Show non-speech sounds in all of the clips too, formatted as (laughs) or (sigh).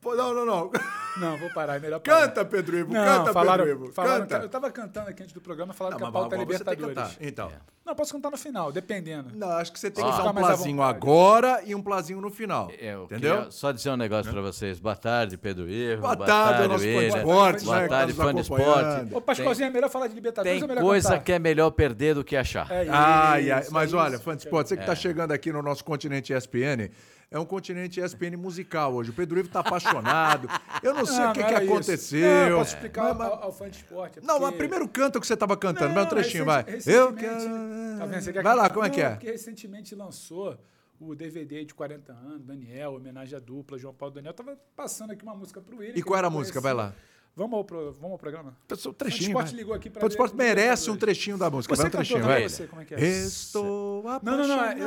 Pô, não, não, (laughs) não. Não, vou parar, é melhor parar. Canta, Pedro Ivo, Não, canta, falaram, Pedro Ivo. falaram que- canta. eu tava cantando aqui antes do programa, Não, falaram que a mas pauta é agora você tem que Libertadores. cantar. Então. Não, posso cantar no final, dependendo. Não, acho que você tem Ó. que usar Ficar um mais à plazinho vontade. agora e um plazinho no final. É, eu entendeu? Né? queria só dizer um negócio pra vocês. Boa tarde, Pedro Ivo. Boa tarde ao nosso fã de William. esportes, Boa né, que tá tarde, nos fã de acompanhando. esporte. Ô, Pascoalzinho, é melhor falar de tá Libertadores Tem ou é melhor coisa cantar? que é melhor perder do que achar. É isso, Ai, ai. Mas isso. É. olha, fã de esporte, você que está chegando aqui no nosso continente ESPN, é um continente ESPN musical hoje. O Pedro Ivo está apaixonado. Eu não sei Não, o que, Ah, não que era isso. aconteceu. Não, eu posso explicar Mas- ao, ao fã de esporte. é Não, mas porque- primeiro canta o que você estava cantando. Vai um Não, trechinho, vai. recente- Eu recentemente- quero... Tá vendo? Você quer vai lá, cantar? como é que Não, é? Porque recentemente lançou o DVD de 40 anos, Daniel, homenagem à dupla, João Paulo e Daniel. Tava passando aqui uma música pro William. E que qual eu era a não música? conhecia. Vai lá. Vamos ao, pro- vamos ao programa? Um trechinho, Esporte vai. ligou aqui pra Fã de ver esporte merece um Libertadores. trechinho da música. Você vai um cantou trechinho, também, vai. você, como é que é? Estou Não, não, não, eu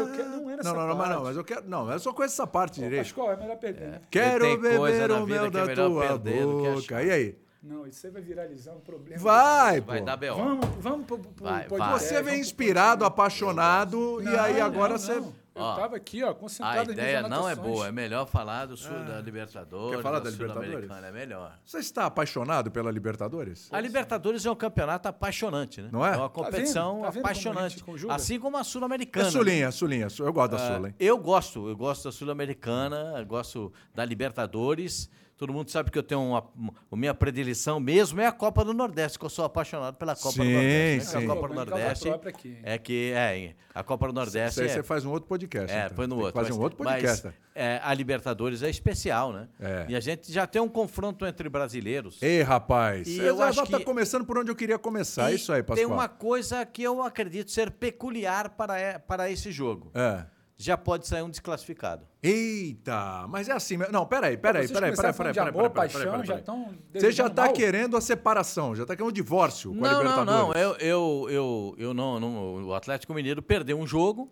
apaixonado. quero- não era Não, essa não, não, mas não, parte. mas eu quero... Não, eu só conheço essa parte direito. Pascoal, é melhor perder, né? Quero Tem beber coisa na o vida mel que é da melhor tua perder do que boca. achar. E aí? Não, isso aí vai viralizar um problema. Vai, pô. Vai dar B.O. Vamos, vamos pro, pro Vai, podcast. vai. Você vem Vamos pro inspirado, podcast. apaixonado, e aí É, Não, agora não, você... não. Eu Ó, tava aqui, ó, A concentrado em minhas ideia não é anotações. boa. É melhor falar do sul, da Libertadores, Ah. Quer falar da Sul-Americana, Libertadores? É melhor. Você está apaixonado pela Libertadores? A Libertadores é um campeonato apaixonante, né? Não é? Tá uma competição vendo? Tá vendo como a gente apaixonante. conjuga? assim como a É Sul-Americana. né? Sulinha, Sulinha. Su- Eu gosto da Ah, Sula, hein? Eu gosto, eu gosto da Sul-Americana, eu gosto da Libertadores. Todo mundo sabe que eu tenho uma, uma minha predileção mesmo é a Copa do Nordeste, que eu sou apaixonado pela Copa do Sim, Nordeste. né? sim. A Vou Copa do em causa Nordeste então própria aqui. é que é a Copa do Isso Nordeste aí é, você faz um outro podcast. é, então. põe no Tem que outro. Fazer mas- um outro podcast. Mas, é, a Libertadores é especial, né? É. E a gente já tem um confronto entre brasileiros. Ei, rapaz. E Você eu já acho tá que- começando por onde eu queria começar. E é Isso aí, Pascoal. Tem uma coisa que eu acredito ser peculiar para, é- para esse jogo. É. Já pode sair um desclassificado. Eita, mas é assim... mesmo. Não, peraí, peraí, Vocês peraí, peraí, peraí, começaram falando de peraí, amor, peraí, peraí, paixão, peraí, já peraí. estão Você já tá tá querendo a separação, já tá querendo o divórcio com a não, não, Libertadores. não. Eu, eu, eu, eu não, não- O Atlético Mineiro perdeu um jogo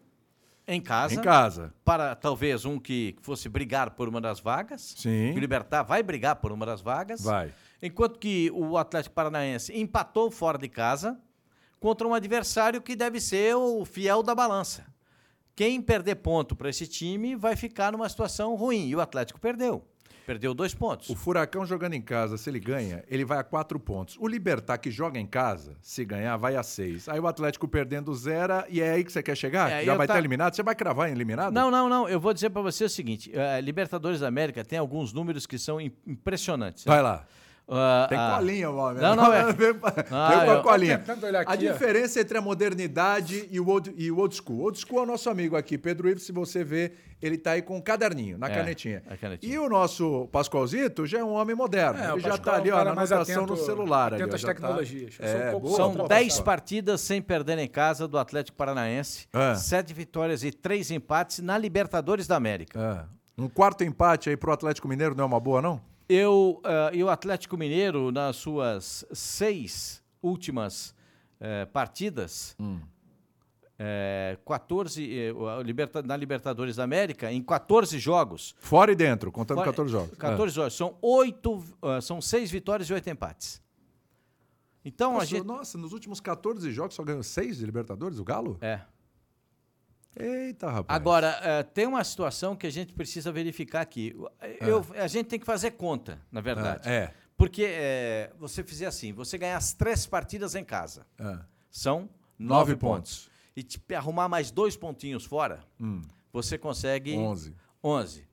em casa. Em casa. Para talvez um que fosse brigar por uma das vagas. Sim. O Libertar vai brigar por uma das vagas. Vai. Enquanto que o Atlético Paranaense empatou fora de casa contra um adversário que deve ser o fiel da balança. Quem perder ponto para esse time vai ficar numa situação ruim. E o Atlético perdeu. Perdeu dois pontos. O Furacão jogando em casa, se ele ganha, ele vai a quatro pontos. O Libertar, que joga em casa, se ganhar, vai a seis. Aí o Atlético perdendo zero, e é aí que você quer chegar? É, Já eu vai tá- estar eliminado? Você vai cravar em eliminado? Não, não, não. Eu vou dizer para você o seguinte: eh, Libertadores da América tem alguns números que são im- impressionantes. Vai lá. Ah, Tem ah, colinha, o homem. Não, não, é. (laughs) Veio com Ah, a eu- colinha. Tô tentando olhar a aqui, ó. diferença entre a modernidade e o, old, e o old school. Old school é o nosso amigo aqui, Pedro Ives, se você vê, ele tá aí com um caderninho, na É, canetinha. a canetinha. E o nosso Pascoalzito já é um homem moderno. É, o ele já Pascoal tá é um ali, ó, cara na mais anotação no atento- celular. ali, atento ó, às já tá. tecnologias. Eu sou um É, pouco boa, São São boa, 10 boa. partidas sem perder em casa do Atlético Paranaense, Ah. 7 vitórias e 3 empates na Libertadores da América. É. Um quarto empate aí pro Atlético Mineiro não é uma boa, não? Eu ah, e o Atlético Mineiro, nas suas seis últimas eh, partidas, Hum. eh, 14, eh, o- a Liberta- na Libertadores da América, em 14 jogos, Fora e dentro, contando Fora- 14 jogos. É. 14 jogos. São oito, ah, são seis vitórias e oito empates. É. Então a Nossa, gente. nossa, nos últimos 14 jogos só ganhou 6 de Libertadores, o Galo? É. Eita, rapaz. Agora, eh, tem uma situação que a gente precisa verificar aqui. Eu- a gente tem que fazer conta, na verdade. É, é. Porque eh, você fizer assim, você ganhar as três partidas em casa, Ah. são Nove nove, pontos. E te arrumar mais dois pontinhos fora, você consegue 11. 11.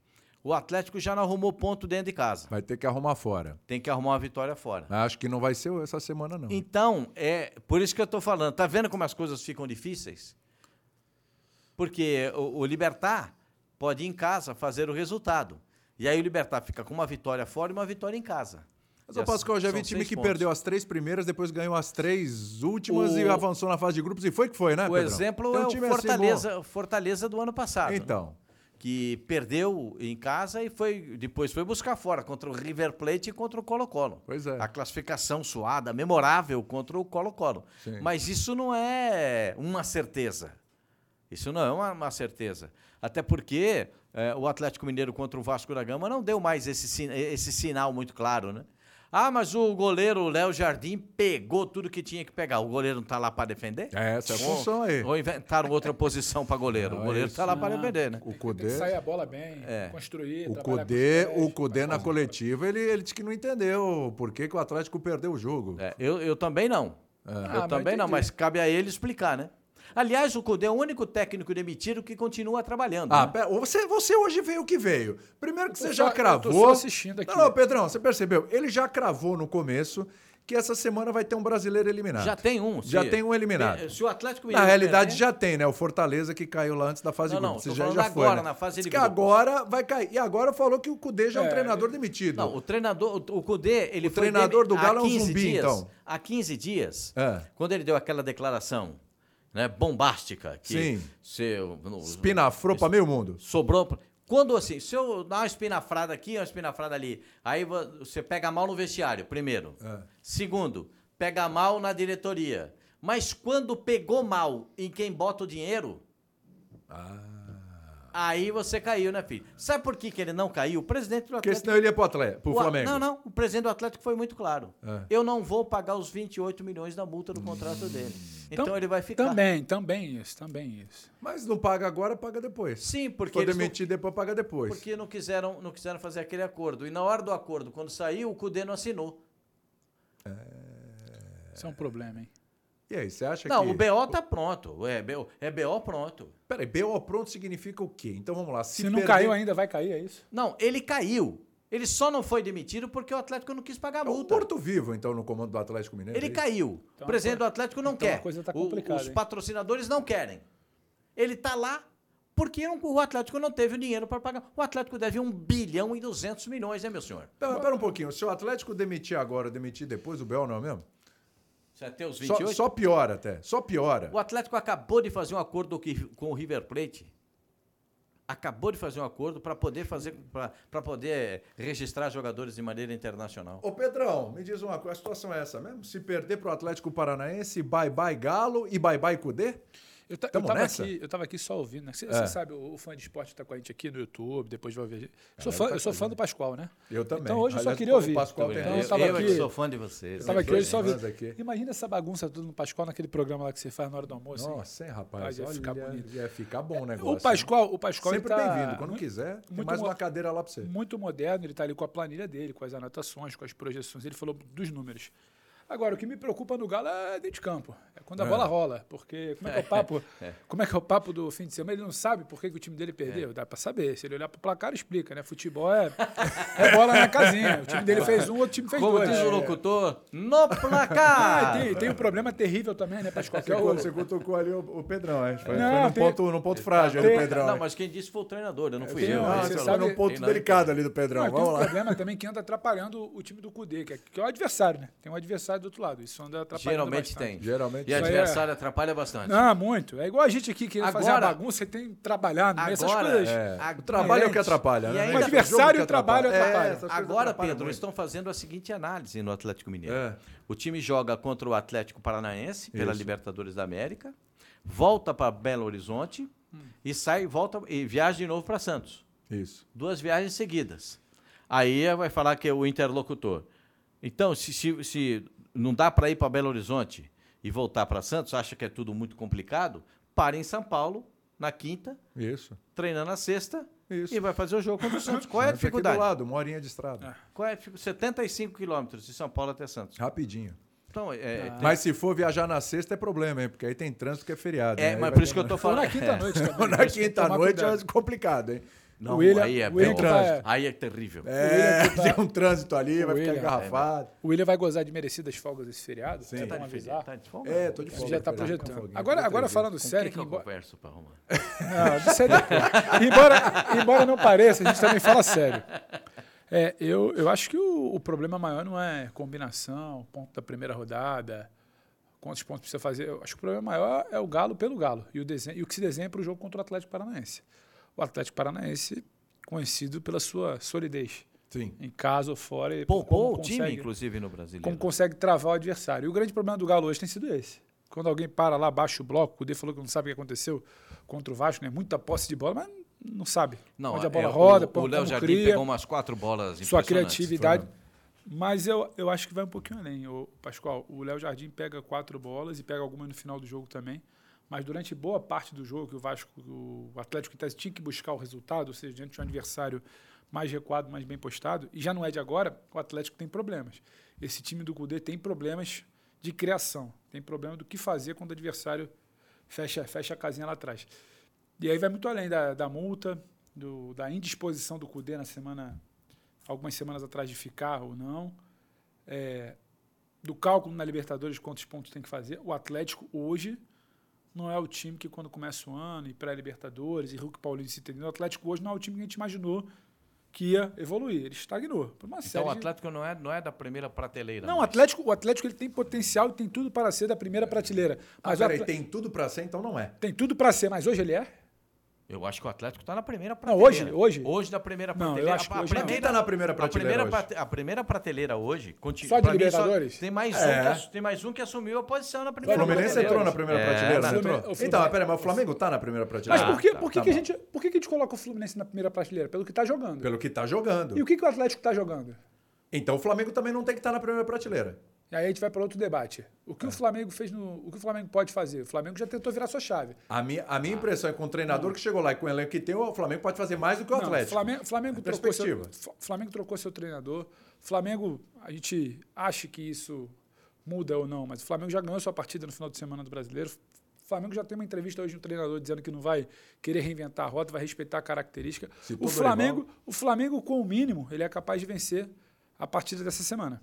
O Atlético já não arrumou ponto dentro de casa. Vai ter que arrumar fora. Tem que arrumar uma vitória fora. Acho que não vai ser essa semana, não. Então, é por isso que eu estou falando. Tá vendo como as coisas ficam difíceis? Porque o, o Libertar pode ir em casa fazer o resultado. E aí o Libertar fica com uma vitória fora e uma vitória em casa. Mas, ô Pascoal, já vi são time seis que pontos. perdeu as três primeiras, depois ganhou as três últimas O- e avançou na fase de grupos. E foi que foi, né, O Pedrão? exemplo Tem um é time o assim Fortaleza, Fortaleza do ano bom. passado. né? Então, que perdeu em casa e foi depois foi buscar fora contra o River Plate e contra o Colo-Colo. Pois é. A classificação suada, memorável contra o Colo-Colo. Sim. Mas isso não é uma certeza. Isso não é uma, uma certeza. Até porque é, eh, o Atlético Mineiro contra o Vasco da Gama não deu mais esse, sin- esse sinal muito claro, né? Ah, mas o goleiro Léo Jardim pegou tudo que tinha que pegar. O goleiro não está lá para defender? É, essa é a função aí. Ou inventaram outra posição para goleiro? Não, é o goleiro isso. está lá para defender, né? O Tem que Cudê, sair a bola bem, construir. É. o trabalhar com os Cudê, pés, o Cudê fazer na uma- coletiva, ele, ele disse que não entendeu por que, que o Atlético perdeu o jogo. É, eu, eu também não. É. Ah, Eu mas também não, entendi. mas cabe a ele explicar, né? Aliás, o Cudê é o único técnico demitido que continua trabalhando. Ah, né? pera, você, você hoje veio o que veio. Primeiro que Eu você tô já só- eu tô cravou. só assistindo aqui. Não, não, Pedrão, você percebeu? Ele já cravou no começo que essa semana vai ter um brasileiro eliminado. Já tem um. Já tem um eliminado. Se o Atlético Na realidade já tem, né? O Fortaleza que caiu lá antes da fase tipo Não, de não, grupos. Você tô já, falando já foi, né? agora, na fase Diz de que grupos. agora vai cair. E agora falou que o Cudê já é um É, treinador demitido. Não, o treinador, o Cudê, ele O foi treinador do demi- Galo é há um 15 zumbi, dias, então. Há 15 dias, É. quando ele deu aquela declaração né, bombástica, que Sim. seu, no- Espinafrou pra meio mundo. sobrou... pro- Quando assim, se eu dar uma espinafrada aqui, uma espinafrada ali, aí vo- você pega mal no vestiário, primeiro. É. Segundo, pega mal na diretoria. Mas quando pegou mal em quem bota o dinheiro, Ah. aí você caiu, né, filho? Sabe por que, que ele não caiu? O presidente do Porque Atlético... senão ele ia pro, Atlético, pro é O a- Flamengo. Não, não. O presidente do Atlético foi muito claro. É. Eu não vou pagar os 28 milhões da multa do contrato dele. Hum. Então, Tam- ele vai ficar. Também, também isso, também isso. Mas não paga agora, paga depois. Sim, porque Foi eles não, demitir, depois paga depois. porque não quiseram, não quiseram fazer aquele acordo. E na hora do acordo, quando saiu, o Cudê não assinou. Isso é um problema, hein? E aí, você acha não, que... é? o BO tá pronto. É BO, é BO pronto. Peraí, BO pronto significa o quê? Então vamos lá. Se, Se, não perder- caiu ainda, vai cair, é isso? Não, ele caiu. Ele só não foi demitido porque o Atlético não quis pagar a É o multa. Porto Vivo, então, no comando do Atlético Mineiro. Ele é isso? caiu. Então o a coisa- presidente do Atlético não então a quer. coisa tá O- complicada, os hein? patrocinadores não querem. Ele tá lá porque não- o Atlético não teve o dinheiro para pagar. O Atlético deve 1 bilhão e 200 milhões, né, meu senhor? Pera, pera um pouquinho. Se o Atlético demitir agora, demitir depois, o BO não é mesmo? Você até os Só, 28? só piora até. Só piora. O Atlético acabou de fazer um acordo que- com o River Plate. Acabou de fazer um acordo para poder fazer para poder registrar jogadores de maneira internacional. Ô, Pedrão, me diz uma coisa. A situação é essa mesmo? Se perder pro Atlético Paranaense, bye-bye Galo e bye-bye Cudê? Eu, ta, eu, Tamo tava nessa? aqui, eu tava aqui só ouvindo, né? Você É. sabe, o, o fã de esporte tá com a gente aqui no YouTube, depois vai ver. Caralho, Sou fã, tá eu sou fã fazendo. do Pascoal, né? Eu também. Então hoje eu só Aliás, queria o ouvir. Pascoal Muito tem- obrigado. Eu- Eu Então, tava é que aqui- sou fã de vocês. Eu tava aqui hoje só Nós aqui. ouvindo. Imagina essa bagunça toda no Pascoal naquele programa lá que você faz na hora do almoço. hein? Nossa, hein, rapaz. Vai, olha, ia ficar bonito. É, Ia ficar bom o negócio. O Pascoal, o Pascoal Sempre ele tá bem-vindo. Quando muito- quiser, tem muito mais mo- uma cadeira lá pra você. muito moderno, ele está ali com a planilha dele, com as anotações, com as projeções, ele falou dos números. Agora, o que me preocupa no Galo é dentro de campo, é quando a bola rola, porque como é que é o papo, como é que é o papo do fim de semana, ele não sabe por que, que o time dele perdeu, dá para saber, se ele olhar para o placar explica, né? Futebol é, é bola na casinha, o time dele fez um, o outro time fez Como dois. diz o É. locutor, no Ah, placar! e tem, tem um problema terrível também, né, Pascoal, que Você, é o- co- você cutucou ali o, o Pedrão, hein? Foi, Não, foi num, tem- ponto, num ponto frágil ali, tem- o Pedrão. Não, hein? mas quem disse foi o treinador, eu não fui tem eu. um- Ah, você você Esse é o- foi sabe- num ponto Tem- delicado ali do Pedrão. Não, tem Vamos um lá. problema também que anda atrapalhando o time do Cudê, que é, que é o adversário, né? Tem um adversário do outro lado, isso anda atrapalhando Geralmente bastante. tem. Geralmente E Isso aí adversário atrapalha bastante. Não, muito. É igual a gente aqui querendo fazer uma Agora- bagunça, você tem que trabalhar no meio dessas Agora- coisas. É. Agora- O trabalho é o que atrapalha, né? E ainda- Não é O adversário jogo que e o trabalho atrapalha. É, essas coisas Agora, atrapalham Pedro, muito. estão fazendo a seguinte análise no Atlético Mineiro. É. O time joga contra o Atlético Paranaense pela Isso. Libertadores da América, volta para Belo Horizonte e sai, volta e viaja de novo para Santos. Isso. Duas viagens seguidas. Aí vai falar que é o interlocutor. Então, se, se- se não dá para ir para Belo Horizonte e voltar para Santos, acha que é tudo muito complicado, para em São Paulo na quinta, Isso. treinando na sexta Isso. e vai fazer o jogo (laughs) contra o Santos. Qual é a Mas fica aqui dificuldade? do lado, uma horinha de estrada. Qual é? Tipo, 75 quilômetros de São Paulo até Santos. É. Ah. Rapidinho. Então, é. tem- Mas se for viajar na sexta é problema, hein? Porque aí tem trânsito que é feriado. é, né? Aí mas vai por isso que ter (laughs) eu tô Ou falando. na quinta-noite uma- (laughs) também. Na mas tem que tomar quinta-noite cuidado. é complicado, hein? Não, O William- aí é o William bom. tá- Aí é terrível. É, William (laughs) tá- tem um trânsito ali, O vai ficar William- engarrafado. O William vai gozar de merecidas folgas esse feriado. Sim. Sim. Tá Tá de feriado, tá de folga? É, tô de Você folga. já está Pedrão, com projetando. folguinha. Agora, Outra agora É, vez. falando Com sério, quem que eu embora, converso pra arrumar? Não, de sério. embora, embora não pareça, a gente também fala sério. É, eu, eu acho que o, o problema maior não é combinação, ponto da primeira rodada, quantos pontos precisa fazer. Eu acho que o problema maior é o Galo pelo Galo e o, desenho, e o que se desenha para o jogo contra o Atlético Paranaense. O Atlético Paranaense, conhecido pela sua solidez, Sim. em casa ou fora. e Poupou como o time, consegue- inclusive, no né? como brasileiro. consegue travar o adversário. E o grande problema do Galo hoje tem sido esse. Quando alguém para lá, baixa o bloco, o Cudê falou que não sabe o que aconteceu contra o Vasco, né? Muita posse de bola, mas não sabe. Não, Onde é, a bola o- roda, o pô, Léo como Jardim cria, pegou umas quatro bolas sua impressionantes. criatividade. Mas eu, eu acho que vai um pouquinho além. O Pascoal, o Léo Jardim pega quatro bolas e pega alguma no final do jogo também. Mas durante boa parte do jogo, que o Vasco, o Atlético em tese tinha que buscar o resultado, ou seja, diante de um adversário mais recuado, mais bem postado, e já não é de agora, o Atlético tem problemas. Esse time do Cudê tem problemas de criação, tem problema do que fazer quando o adversário fecha, fecha a casinha lá atrás. E aí vai muito além da, da multa, do, da indisposição do Cudê na semana, algumas semanas atrás de ficar ou não, é, do cálculo na Libertadores de quantos pontos tem que fazer. O Atlético hoje não é o time que quando começa o ano e pré-Libertadores e Hulk Paulinho se entendendo, o Atlético hoje não é o time que a gente imaginou que ia evoluir, ele estagnou. Por uma série Então o de- Atlético não é, não é da primeira prateleira. né? Não, o mais. Atlético, o Atlético ele tem potencial e tem tudo para ser da primeira prateleira. Mas Mas o peraí, Atl- tem... tem tudo pra ser, então não é. tudo para ser, mas hoje ele é? Eu acho que o Atlético tá na primeira Não, prateleira. hoje, hoje. Hoje na primeira Não, eu prateleira. acho que hoje não. primeira, Quem tá na primeira prateleira A primeira, hoje? prate- a primeira prateleira hoje... conti- Só de pra mim, Libertadores? tem, mais É. um que, assu- tem mais um que assumiu a posição na O primeira Fluminense prateleira. entrou na primeira É, prateleira, na- não entrou? O Fluminense- Então, mas peraí, mas o Flamengo tá na primeira prateleira. Mas por, que, por que, Tá, que a tá gente, por que, que a gente coloca o Fluminense na primeira prateleira? Pelo que está jogando. bom. Pelo que tá jogando. E o que, que o Atlético está jogando? Então o Flamengo também não tem que estar na primeira prateleira. E aí a gente vai para outro debate. O É. que o Flamengo fez no. O que o Flamengo pode fazer? O Flamengo já tentou virar sua chave. A minha, a Ah. minha impressão é que com o treinador que chegou lá e com o elenco que tem, o Flamengo pode fazer mais do que o Não, Atlético. Flamengo, Flamengo, É trocou seu, perspectiva. Fla- Flamengo trocou seu treinador. Flamengo, a gente acha que isso muda ou não, mas o Flamengo já ganhou sua partida no final de semana do Brasileiro. O Flamengo já tem uma entrevista hoje de um treinador dizendo que não vai querer reinventar a rota, vai respeitar a característica. Citou O o Flamengo, o Flamengo, com o mínimo, ele é capaz de vencer a partida dessa semana.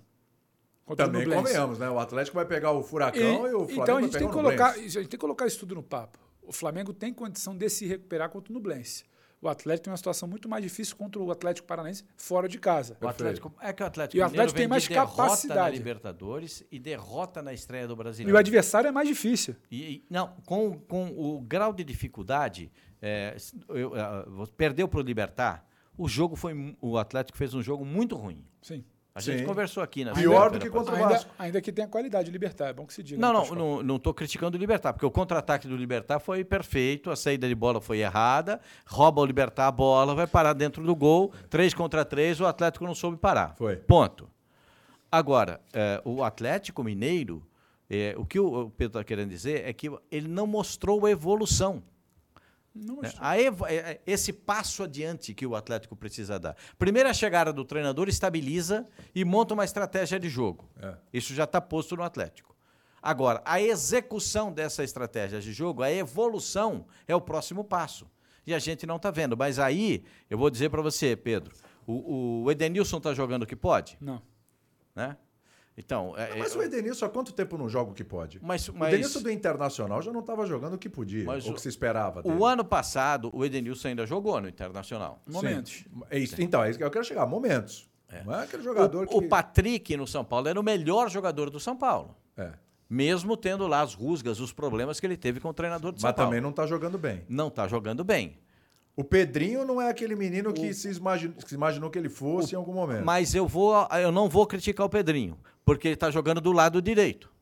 Contra o Também Nublense. convenhamos, né? O Atlético vai pegar o E- Furacão e, o Flamengo tá então a vai gente, pegar tem o que colocar, Nublense. isso- a gente tem que colocar isso tudo no papo. O Flamengo tem condição de se recuperar contra o Nublense. O Atlético tem uma situação muito mais difícil contra o Atlético Paranaense fora de casa. O Atlético, é que o Atlético, E o Mineiro Atlético tem vem de mais derrota na capacidade. Libertadores e derrota na estreia E do o Brasileiro. adversário é mais difícil. E, e- não, com, com o grau de dificuldade, é, s- eu, ah, você perdeu para o Libertar, o jogo foi. mu- O Atlético fez um jogo muito ruim. Sim. A Sim. gente conversou aqui na Pior do segunda-feira que contra o Vasco. Ainda, ainda que tenha qualidade de libertar, é bom que se diga. Não, né, não, Pascoal? não, não tô criticando o Libertar, porque o contra-ataque do Libertar foi perfeito, a saída de bola foi errada, rouba o Libertar a bola, vai parar dentro do gol, três contra três, o Atlético não soube parar. Foi. Ponto. Agora, eh, o Atlético Mineiro, eh, o que o o Pedro está querendo dizer é que ele não mostrou evolução. Não, Né? mas- A evo- é- é esse passo adiante que o Atlético precisa dar. Primeiro, a chegada do treinador estabiliza e monta uma estratégia de jogo. É. Isso já está posto no Atlético. Agora, a execução dessa estratégia de jogo, a evolução, é o próximo passo. E a gente não está vendo. Mas aí, eu vou dizer para você, Pedro, o, o Edenilson está jogando o que pode, É. não. né? Então, é- Mas é- o Edenilson há quanto tempo não joga o que pode? mas, O Edenilson mas do Internacional já não estava jogando o que podia, Mas ou o o- que se esperava dele. o ano passado, o Edenilson ainda jogou no Internacional. Sim. Momentos. É isso, então, é isso que eu quero chegar. Momentos. Não é aquele jogador o, que... o Patrick no São Paulo era o melhor jogador do São Paulo. É. Mesmo tendo lá as rusgas, os problemas que ele teve com o treinador do São Mas Paulo. também não tá jogando bem. Não tá jogando bem. O Pedrinho não é aquele menino que, se imagin- que se imaginou que ele fosse em algum momento. Mas eu, vou, eu não vou criticar o Pedrinho, porque ele tá jogando do lado direito.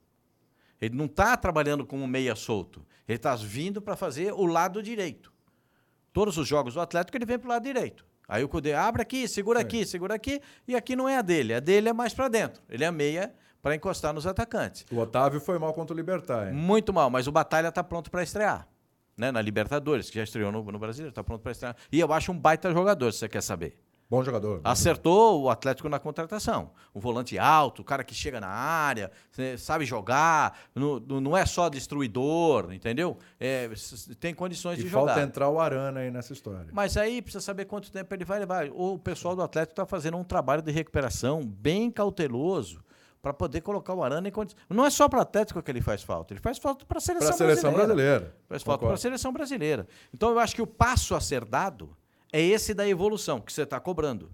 Ele não tá trabalhando como meia solto. Ele tá vindo para fazer o lado direito. Todos os jogos do Atlético ele vem pro lado direito. Aí o Cudê abre aqui, É. segura aqui, segura aqui, e aqui não é a dele. A dele é mais para dentro. Ele é meia para encostar nos atacantes. O Otávio foi mal contra o Libertar. hein? Muito mal, mas o Batalha está pronto para estrear. Né? Na Libertadores, que já estreou no, no Brasileiro, está pronto para estrear. E eu acho um baita jogador, se você quer saber. Bom jogador. Acertou o Atlético na contratação. Um volante alto, o cara que chega na área, cê sabe jogar, não, não- não é só destruidor, entendeu? É, s- s- tem condições E de falta jogar. entrar o Arana aí nessa história. Mas aí precisa saber quanto tempo ele vai levar. O pessoal do Atlético está fazendo um trabalho de recuperação bem cauteloso para poder colocar o Arana em condições. Não é só para o Atlético que ele faz falta, ele faz falta para a seleção, Para a seleção brasileira. Faz falta para a Concordo. seleção brasileira. Então eu acho que o passo a ser dado é esse da evolução que você está cobrando.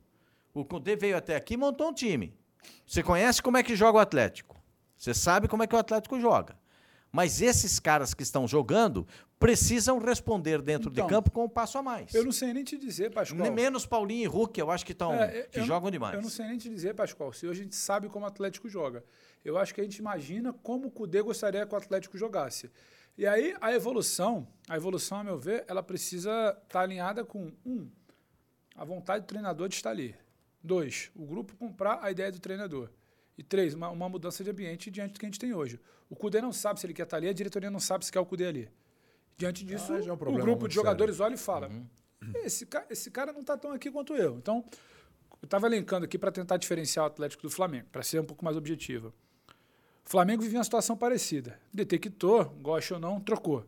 O Conte veio até aqui e montou um time. Você conhece como é que joga o Atlético. Você sabe como é que o Atlético joga. Mas esses caras que estão jogando precisam responder dentro Então, de campo com um passo a mais. Eu não sei nem te dizer, Pascoal. Nem- Menos Paulinho e Hulk, eu acho que, tão, É, eu- Então, que eu- jogam demais. Eu não sei nem te dizer, Pascoal, se hoje a gente sabe como o Atlético joga. Eu acho que a gente imagina como o Cudê gostaria que o Atlético jogasse. E aí a evolução, a evolução, a meu tá ver, ela precisa estar alinhada com um, a vontade do treinador de estar ali. Dois, o grupo comprar a ideia do treinador. E três, uma, uma mudança de ambiente diante do que a gente tem hoje. O Cudê não sabe se ele quer estar ali, a diretoria não sabe se quer o Cudê ali. Diante disso, Ah, já é um o problema grupo muito de jogadores olha e fala: esse, ca- esse cara não está tão aqui quanto eu. Então, eu estava elencando aqui para tentar diferenciar o Atlético do Flamengo, para ser um pouco mais objetivo. O Flamengo vivia uma situação parecida. Detectou, gosta ou não, trocou.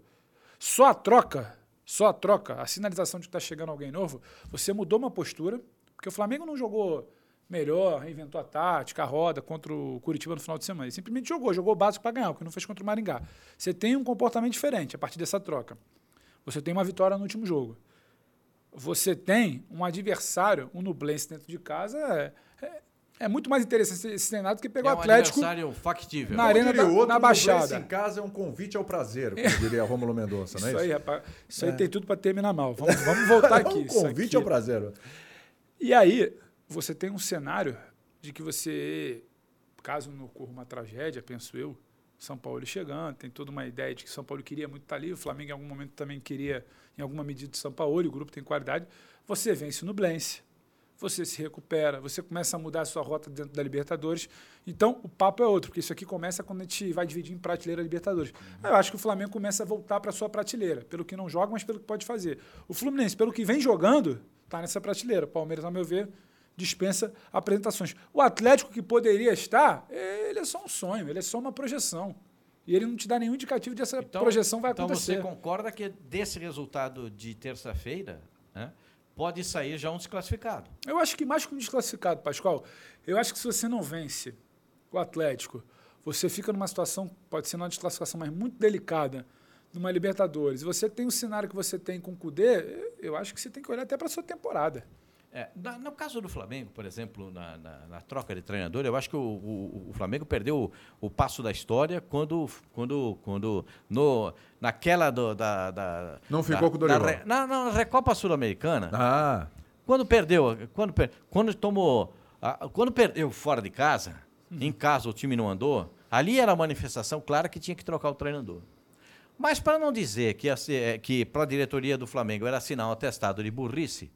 Só a troca, só a troca, a sinalização de que está chegando alguém novo, você mudou uma postura, porque o Flamengo não jogou melhor, reinventou a tática, a roda contra o Curitiba no final de semana. Ele simplesmente jogou, jogou o básico para ganhar, o que não fez contra o Maringá. Você tem um comportamento diferente a partir dessa troca. Você tem uma vitória no último jogo. Você tem um adversário, um Nublense dentro de casa, é, é- é muito mais interessante esse cenário do que pegar é o um Atlético. adversário factível. na arena diria da- o outro, na Baixada. Nublense em casa é um convite ao prazer, como diria Rômulo Mendonça, não é (laughs) Isso isso? aí, rapaz. Isso aí tem tudo para terminar mal. Vamos, vamos (laughs) É voltar aqui. um isso convite aqui. ao prazer. E aí, você tem um cenário de que você, caso não ocorra uma tragédia, penso eu, São Paulo chegando, tem toda uma ideia de que São Paulo queria muito estar ali, o Flamengo em algum momento também queria, em alguma medida, de São Paulo, e o grupo tem qualidade. Você vence o Nublense, você se recupera, você começa a mudar a sua rota dentro da Libertadores. Então, o papo é outro, porque isso aqui começa quando a gente vai dividir em prateleira a Libertadores. Uhum. Aí Eu acho que o Flamengo começa a voltar para sua prateleira, pelo que não joga, mas pelo que pode fazer. O Fluminense, pelo que vem jogando, está nessa prateleira. O Palmeiras, a meu ver, dispensa apresentações. O Atlético, que poderia estar, ele é só um sonho, ele é só uma projeção. E ele não te dá nenhum indicativo de essa projeção vai então acontecer. você concorda que desse resultado de terça-feira né, pode sair já um desclassificado? Eu acho que mais que um desclassificado, Pascoal. Eu acho que se você não vence o Atlético, você fica numa situação, pode ser não uma desclassificação, mas muito delicada, numa Libertadores. E você tem o cenário que você tem com o Cudê, eu- eu acho que você tem que olhar até para sua temporada. É, na- no caso do Flamengo, por exemplo, na, na- na troca de treinador, eu acho que o, o- o Flamengo perdeu o, o passo da história quando, quando, quando no, naquela do- da, da- Não da- ficou com o da Dorival. Re- na, na Recopa Sul-Americana, Ah, quando perdeu, quando, per- quando tomou, a- quando perdeu fora de casa, em casa o time não andou, ali era a manifestação clara que tinha que trocar o treinador. Mas para não dizer que, a se- eh, que para a diretoria do Flamengo era sinal atestado de burrice,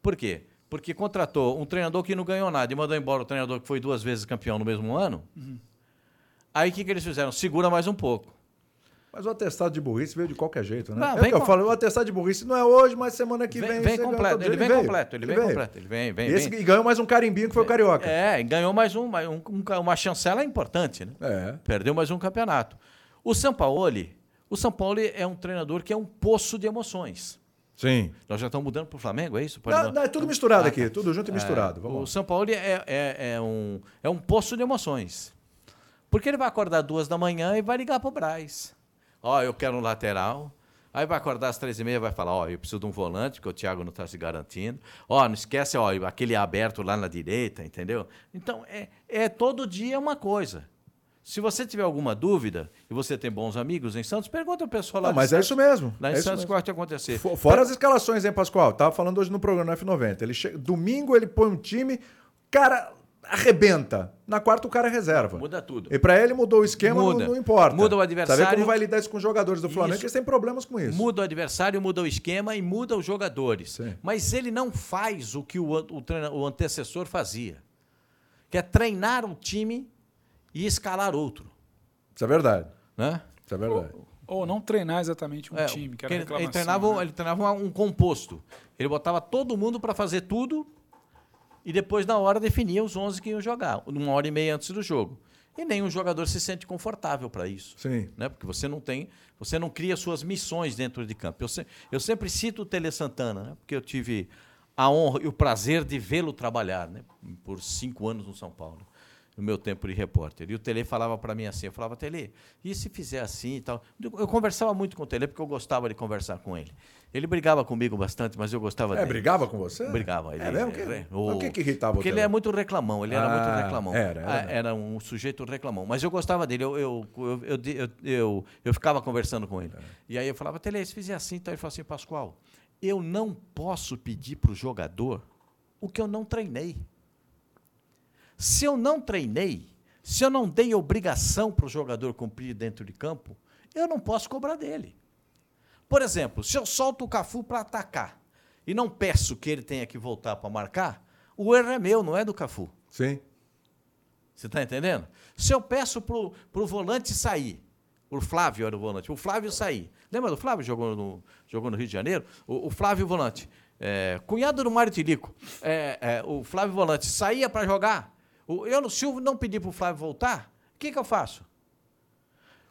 por quê? Porque contratou um treinador que não ganhou nada e mandou embora o treinador que foi duas vezes campeão no mesmo ano. Aí o que, que eles fizeram? Segura mais um pouco. mas o atestado de burrice veio de qualquer jeito, né? Não, é o vem que eu com- falo, o atestado de burrice não é hoje, mas semana que vem. Vem, você vem ganha completo, todo ele dia, vem veio. completo, ele vem veio. completo, ele vem, vem, Esse vem. que ganhou mais um carimbinho que foi o Carioca. É, e ganhou mais um, mais um, um- uma chancela importante, né? É. Perdeu mais um campeonato. O Sampaoli, o Sampaoli é um treinador que é um poço de emoções. Sim. Nós já estamos mudando para o Flamengo, é isso? Pode Não, não- não, é tudo misturado Ah, aqui, tudo junto e misturado. Vamos o lá. São Paulo é, é- é um, é um poço de emoções. Porque ele vai acordar duas da manhã e vai ligar pro Braz. Ó, eu quero um lateral. Aí vai acordar às três e meia e vai falar, ó, eu preciso de um volante, porque o Thiago não está se garantindo. Ó, não esquece, ó, aquele aberto lá na direita, entendeu? Então, é, é todo dia uma coisa. Se você tiver alguma dúvida, e você tem bons amigos em Santos, pergunta ao pessoal lá Não, de mas é Santos. isso mesmo. Lá em é isso Santos mesmo. pode acontecer. Fo- Fora as escalações, hein, Pascoal? Tava falando hoje no programa no F90. Ele chega, domingo ele põe um time, cara arrebenta. Na quarta o cara é reserva. Muda tudo. E pra ele mudou o esquema, não- Muda. Não, importa. Muda o Tá vendo adversário. como vai lidar isso com os jogadores do Flamengo? Isso. que Eles têm problemas com isso. Muda o adversário, muda o esquema e muda os jogadores. Sim. Mas ele não faz o que o, an- o treina- o antecessor fazia, que é treinar um time e escalar outro. Isso é verdade. Né? Isso é verdade. Ou não treinar exatamente um É, time, que era a porque ele, ele reclamação. treinava, né? ele treinava um composto. Ele botava todo mundo para fazer tudo e depois, na hora, definia os 11 que iam jogar, uma hora e meia antes do jogo. E nenhum jogador se sente confortável para isso Sim. né? Porque você não tem, você não cria suas missões dentro de campo. Eu, se- eu sempre cito o Tele Santana, né? Porque eu tive a honra e o prazer de vê-lo trabalhar, né? Por cinco anos no São Paulo, no meu tempo de repórter. E o Tele falava para mim assim, eu falava Tele, e se fizer assim e tal. Eu conversava muito com o Tele porque eu gostava de conversar com ele. Ele brigava comigo bastante, mas eu gostava É, dele. brigava com você? Brigava. Ele, É mesmo? Que- é, Mas o que que irritava Porque o ele Tele? é muito reclamão, ele era Ah, muito reclamão. era, era Ah, mesmo. era um sujeito reclamão. Mas eu gostava dele, eu, eu, eu, eu, eu, eu- eu ficava conversando com É. ele. E aí eu falava, Tele, se fizer assim, então ele falou assim, Pascoal, eu não posso pedir para o jogador o que eu não treinei. Se eu não treinei, se eu não dei obrigação para o jogador cumprir dentro de campo, eu não posso cobrar dele. Por exemplo, se eu solto o Cafu para atacar e não peço que ele tenha que voltar para marcar, o erro é meu, não é do Cafu. Sim. Você está entendendo? Se eu peço pro, pro volante sair, o Flávio era o volante, o Flávio sair. Lembra do Flávio? Jogou no, jogou no Rio de Janeiro? O, o Flávio volante. É, cunhado do Mário Tilico. É, é, o Flávio volante saía para jogar. O, eu, se eu não pedir pro Flávio voltar, o que, que eu faço?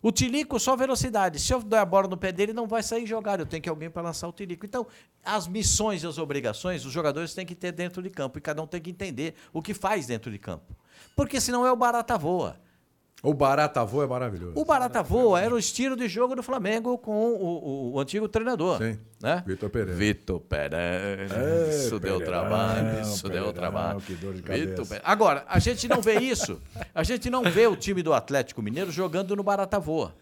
O Tilico só velocidade. Se eu der a bola no pé dele, não vai sair jogar. Eu tenho que alguém para lançar o Tilico. Então, as missões e as obrigações, os jogadores têm que ter dentro de campo. E cada um tem que entender o que faz dentro de campo. Porque senão é o barata voa. O Barata Voa é maravilhoso. O barata voa era o estilo de jogo do Flamengo com o, o- o antigo treinador. Sim. Né? Vitor Pereira. Vitor Pereira. É, isso deu Pereirão, trabalho, isso Pereirão, deu trabalho. que dor de cabeça. Pereira. Agora, a gente não vê isso. A gente não vê o time do Atlético Mineiro jogando no barata voa.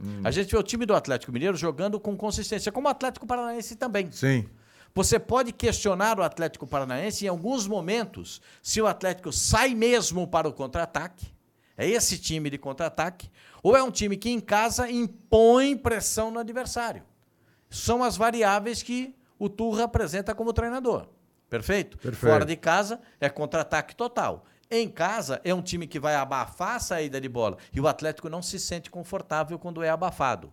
Hum. A gente vê o time do Atlético Mineiro jogando com consistência, como o Atlético Paranaense também. Sim. Você pode questionar o Atlético Paranaense em alguns momentos, se o Atlético sai mesmo para o contra-ataque, é esse time de contra-ataque, ou é um time que em casa impõe pressão no adversário. São as variáveis que o Turra apresenta como treinador. Perfeito? Perfeito. Fora de casa é contra-ataque total. Em casa é um time que vai abafar a saída de bola e o Atlético não se sente confortável quando é abafado.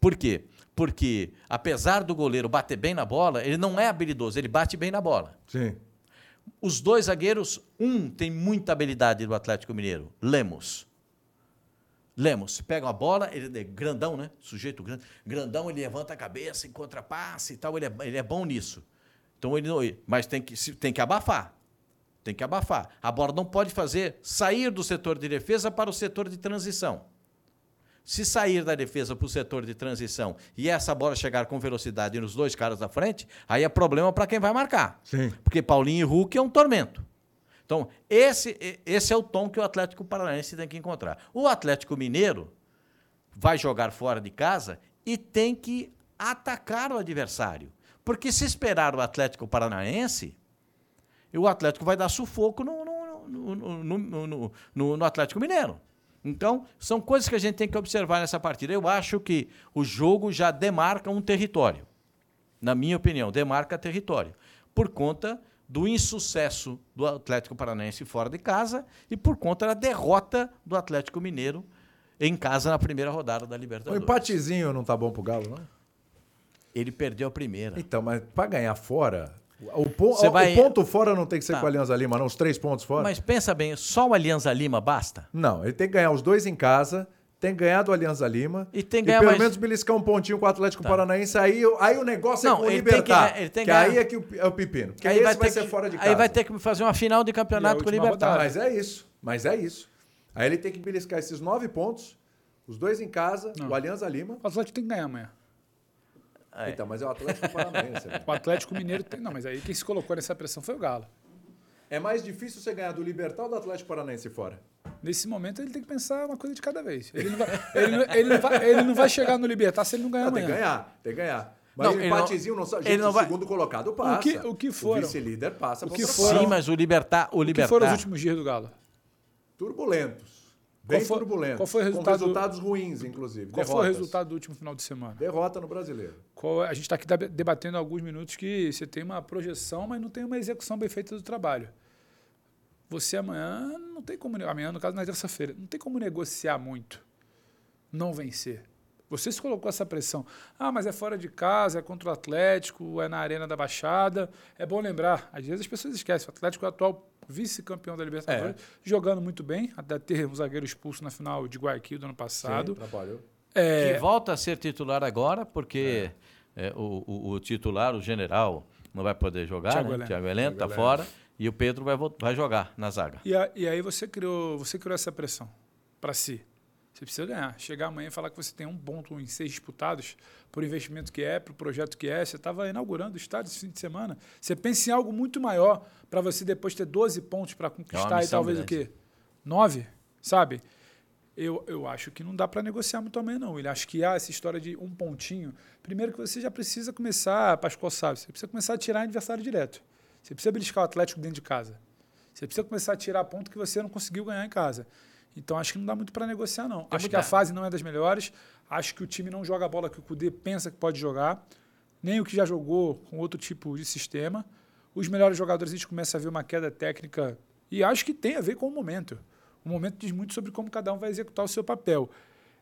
Por quê? Porque, apesar do goleiro bater bem na bola, ele não é habilidoso, ele bate bem na bola. Sim. Os dois zagueiros, um tem muita habilidade do Atlético Mineiro, Lemos. Lemos pega a bola, ele é grandão, né? Sujeito grande. Grandão, ele levanta a cabeça, encontra passe e tal, ele é, ele é bom nisso. Então ele não, mas tem que, se- tem que abafar. Tem que abafar. A bola não pode fazer sair do setor de defesa para o setor de transição. Se sair da defesa para o setor de transição e essa bola chegar com velocidade nos dois caras da frente, aí é problema para quem vai marcar. Sim. Porque Paulinho e Hulk é um tormento. Então, esse, e- esse é o tom que o Atlético Paranaense tem que encontrar. O Atlético Mineiro vai jogar fora de casa e tem que atacar o adversário. Porque se esperar o Atlético Paranaense, o Atlético vai dar sufoco no, no- no- no- no- no- no- no Atlético Mineiro. Então, são coisas que a gente tem que observar nessa partida. Eu acho que o jogo já demarca um território na minha opinião, demarca território, por conta do insucesso do Atlético Paranaense fora de casa e por conta da derrota do Atlético Mineiro em casa na primeira rodada da O Libertadores. empatezinho não tá bom pro Galo, não? Ele perdeu a primeira. Então, mas pra ganhar fora. O, pon- Tá. Você o vai- ponto fora não tem que ser Tá. com a Alianza Lima, não. Os três pontos fora. Mas pensa bem, só o Alianza Lima basta? Não, ele tem que ganhar os dois em casa, tem que ganhar do Alianza Lima. E tem que ganhar pelo mais- Tá. menos beliscar um pontinho com o Atlético Paranaense, aí, aí o negócio Não, é com o ele tem que Libertar. ganhar- ele tem que que aí ganhar. é que o- é o pepino. Que aí esse vai, vai ter ser que, fora de casa. aí vai ter que fazer uma final de campeonato com o última Ah, rodada. Libertadores. mas é isso. Mas é isso. Aí ele tem que beliscar esses nove pontos, os dois em casa, o Alianza Lima. O Atlético tem que ganhar amanhã. É. Então, mas é o Atlético Paranaense. (laughs) né? O Atlético Mineiro tem. Não, mas aí quem se colocou nessa pressão foi o Galo. É mais difícil você ganhar do Libertar ou do Atlético Paranaense fora? Nesse momento ele tem que pensar uma coisa de cada vez. Ele não vai, ele não- ele não vai- ele não vai chegar no Libertar se ele não ganhar Não, Ah, tem que amanhã. ganhar, tem que ganhar. Mas Não, o ele não- empatezinho não, sabe. ele Gente, não o vai- segundo colocado passa. O que- o que foram? vice-líder passa. O pra que outra foram? Sim, mas o Libertar, Que o foram os Libertar, últimos dias do Galo? Turbulentos. Bem Qual foi- turbulentos. qual foi o Com resultado- resultados ruins, inclusive. Qual foi o derrotas. resultado do último final de semana? Derrota no brasileiro. Qual- é, a gente está aqui deb- debatendo há alguns minutos que você tem uma projeção, mas não tem uma execução bem feita do trabalho. Você amanhã não tem como. ne- Amanhã, no caso, na terça-feira, não tem como negociar muito. Não vencer. Você se colocou essa pressão. Ah, mas é fora de casa, é contra o Atlético, é na Arena da Baixada. É bom lembrar, às vezes as pessoas esquecem. O Atlético é o atual vice-campeão da É. Libertadores, jogando muito bem, até ter um zagueiro expulso na final de Guayaquil do ano passado. Sim, atrapalhou. É, que volta a ser titular agora, porque é, o, o- o titular, o general, não vai poder jogar, Thiago né? Heleno. Thiago Heleno está fora, e o Pedro vai, vol- vai jogar na zaga. E, a- e aí você criou, você criou essa pressão para si. Você precisa ganhar. Chegar amanhã e falar que você tem um ponto em seis disputados por investimento que é, para o projeto que é. Você estava inaugurando o estádio esse fim de semana. Você pensa em algo muito maior para você depois ter 12 pontos para conquistar e É missão talvez o grande. quê? Nove? Sabe? Eu, eu acho que não dá para negociar muito amanhã, não. Ele acho que há essa história de um pontinho. Primeiro que você já precisa começar, Pascoal sabe, você precisa começar a tirar adversário direto. Você precisa beliscar o Atlético dentro de casa. Você precisa começar a tirar ponto que você não conseguiu ganhar em casa. Então acho que não dá muito para negociar, não. acho muito que a dado. fase não é das melhores. Acho que o time não joga a bola que o Kudê pensa que pode jogar. Nem o que já jogou com outro tipo de sistema. os melhores jogadores, a gente começa a ver uma queda técnica. E acho que tem a ver com o momento. O momento diz muito sobre como cada um vai executar o seu papel.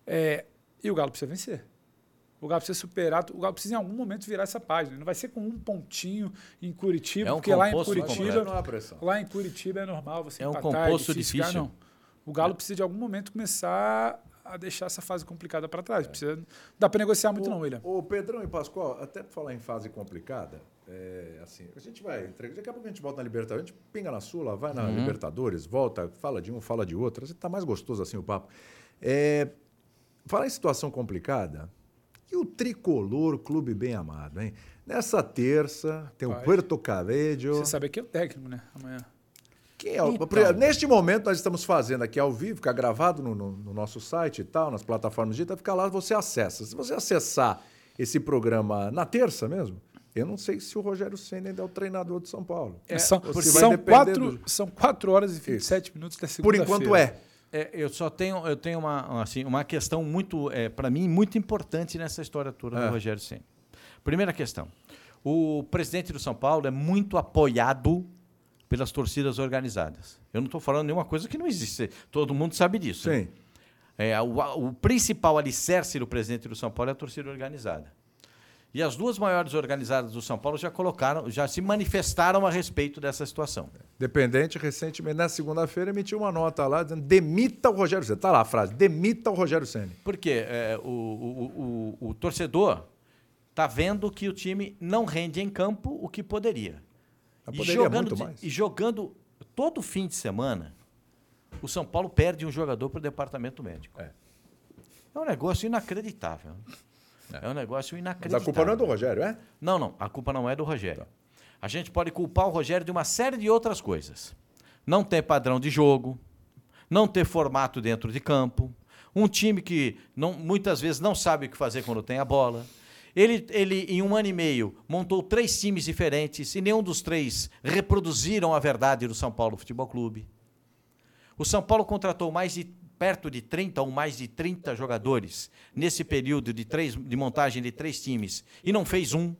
É, e o Galo precisa vencer. O Galo precisa superar. O Galo precisa, em algum momento, virar essa página. Não vai ser com um pontinho em Curitiba, É um porque lá em composto Curitiba. completo. Não há pressão. Lá em Curitiba é normal você Então. É um empatar, composto cara, difícil. É. não. O Galo precisa, de algum momento, começar a deixar essa fase complicada para É. trás. Precisa, não dá para negociar muito, não, William. O Pedrão e Pascoal, até pra falar em fase complicada, é, assim, a gente vai entregar. Daqui a pouco a gente volta na Libertadores, a gente pinga na Sula, vai Uhum. na Libertadores, volta, fala de um, fala de outro. Tá mais gostoso assim o papo. É, falar em situação complicada. E o tricolor Clube Bem Amado, hein? Nessa terça tem o Rapaz. Puerto Cabello. Você sabe que é o técnico, né? Amanhã. Quem é o- Então. Pri- Neste momento, nós estamos fazendo aqui ao vivo, fica gravado no, no- no nosso site e tal, nas plataformas digitais, fica lá, você acessa. Se você acessar esse programa na terça mesmo, eu não sei se o Rogério Senna ainda é o treinador de São Paulo. É, são, Você vai são, depender quatro, do- são quatro horas e Isso. 27 minutos da Por segunda-feira. enquanto é. É, eu só tenho, eu tenho uma, assim, uma questão muito, é, para mim, muito importante nessa história toda É. do Rogério Senna. Primeira questão. O presidente do São Paulo é muito apoiado pelas torcidas organizadas. Eu não estou falando nenhuma coisa que não existe. Todo mundo sabe disso. né? Sim. É, o, a- o principal alicerce do presidente do São Paulo é a torcida organizada. E as duas maiores organizadas do São Paulo já colocaram, já se manifestaram a respeito dessa situação. Dependente, recentemente, na segunda-feira, emitiu uma nota lá dizendo demita o Rogério Senna. Tá lá a frase, demita o Rogério Senna. Porque é, o, o- o- o torcedor está vendo que o time não rende em campo o que poderia. Mas E poderia jogando muito de- mais. E jogando todo fim de semana, o São Paulo perde um jogador para o departamento médico. É. É um negócio inacreditável. É, um negócio Mas inacreditável. a culpa não é do Rogério, é? Não, não. A culpa não é do Rogério. A gente pode culpar o Rogério de uma série de outras coisas. Não ter padrão de jogo, não ter formato dentro de campo, um time que não- muitas vezes não sabe o que fazer quando tem a bola. Ele, ele, em um ano e meio, montou três times diferentes e nenhum dos três reproduziram a verdade do São Paulo Futebol Clube. O São Paulo contratou mais de perto de 30 ou mais de 30 jogadores nesse período de, três, de montagem de três times e não fez um.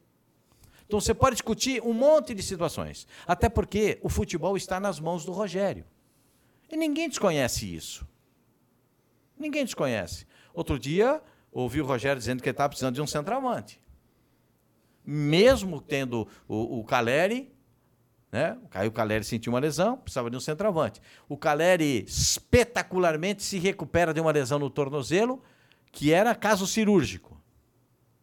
Então você pode discutir um monte de situações. Até porque o futebol está nas mãos do Rogério. E ninguém desconhece isso. Ninguém desconhece. Outro dia, ouvi o Rogério dizendo que ele estava precisando de um centroavante. Mesmo tendo o, o Caleri, né? Aí o Caleri sentiu uma lesão, precisava de um centroavante. O Caleri espetacularmente se recupera de uma lesão no tornozelo, que era caso cirúrgico.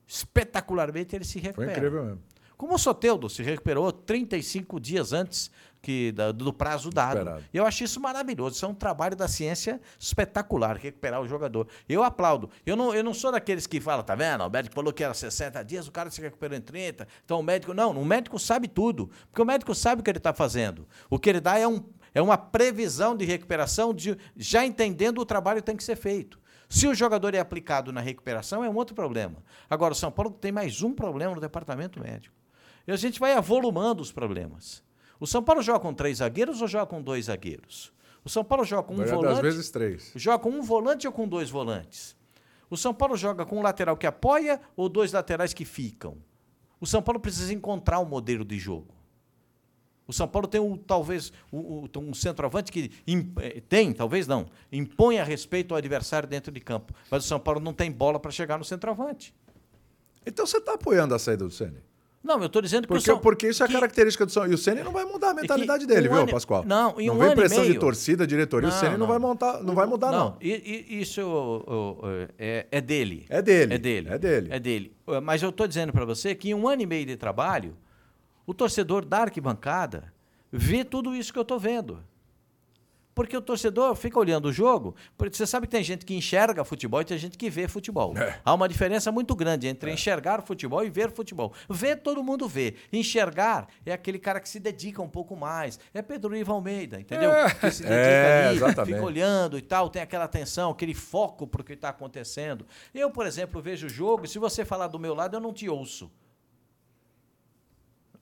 Espetacularmente ele se Foi recupera. incrível mesmo. Como o Soteldo se recuperou 35 dias antes que da- do prazo dado. Recuperado. E eu acho isso maravilhoso. Isso é um trabalho da ciência espetacular, recuperar o jogador. Eu aplaudo. Eu não, eu não sou daqueles que falam, tá vendo? O médico falou que era 60 dias, o cara se recuperou em 30. Então o médico. Não, o médico sabe tudo. Porque o médico sabe o que ele está fazendo. O que ele dá é, um, é uma previsão de recuperação, de, já entendendo o trabalho que tem que ser feito. Se o jogador é aplicado na recuperação, é um outro problema. Agora, o São Paulo tem mais um problema no departamento médico. E a gente vai avolumando os problemas. O São Paulo joga com três zagueiros ou joga com dois zagueiros? O São Paulo joga com um Na verdade, volante. às vezes três. Joga com um volante ou com dois volantes? O São Paulo joga com um lateral que apoia ou dois laterais que ficam? O São Paulo precisa encontrar um modelo de jogo. O São Paulo tem um, talvez um, um- um centroavante que im- eh, tem, talvez não, impõe a respeito ao adversário dentro de campo. Mas o São Paulo não tem bola para chegar no centroavante. Então você está apoiando a saída do Senna? Não, eu estou dizendo que o Porque, São porque isso é que- característica do São E o Ceni não vai mudar a mentalidade um dele, viu, ano e- Pascoal? não, em um vem ano e pressão de meio- torcida, diretoria, o Não, Ceni não, não. vai montar, não vai mudar não. i- i- isso ô, ô, é, é dele. É dele, É dele. é dele. Uh, Mas eu estou dizendo para você que em um ano e meio de trabalho, o torcedor da arquibancada vê tudo isso que eu estou vendo. Porque o torcedor fica olhando o jogo. porque Você sabe que tem gente que enxerga futebol e tem gente que vê futebol. É. Há uma diferença muito grande entre enxergar futebol e ver futebol. Ver, todo mundo vê. Enxergar é aquele cara que se dedica um pouco mais. É Pedro Ivo Almeida, entendeu? É. Que se dedica É, ali, exatamente. fica olhando e tal, tem aquela atenção, aquele foco para o que está acontecendo. Eu, por exemplo, vejo o jogo e se você falar do meu lado, eu não te ouço.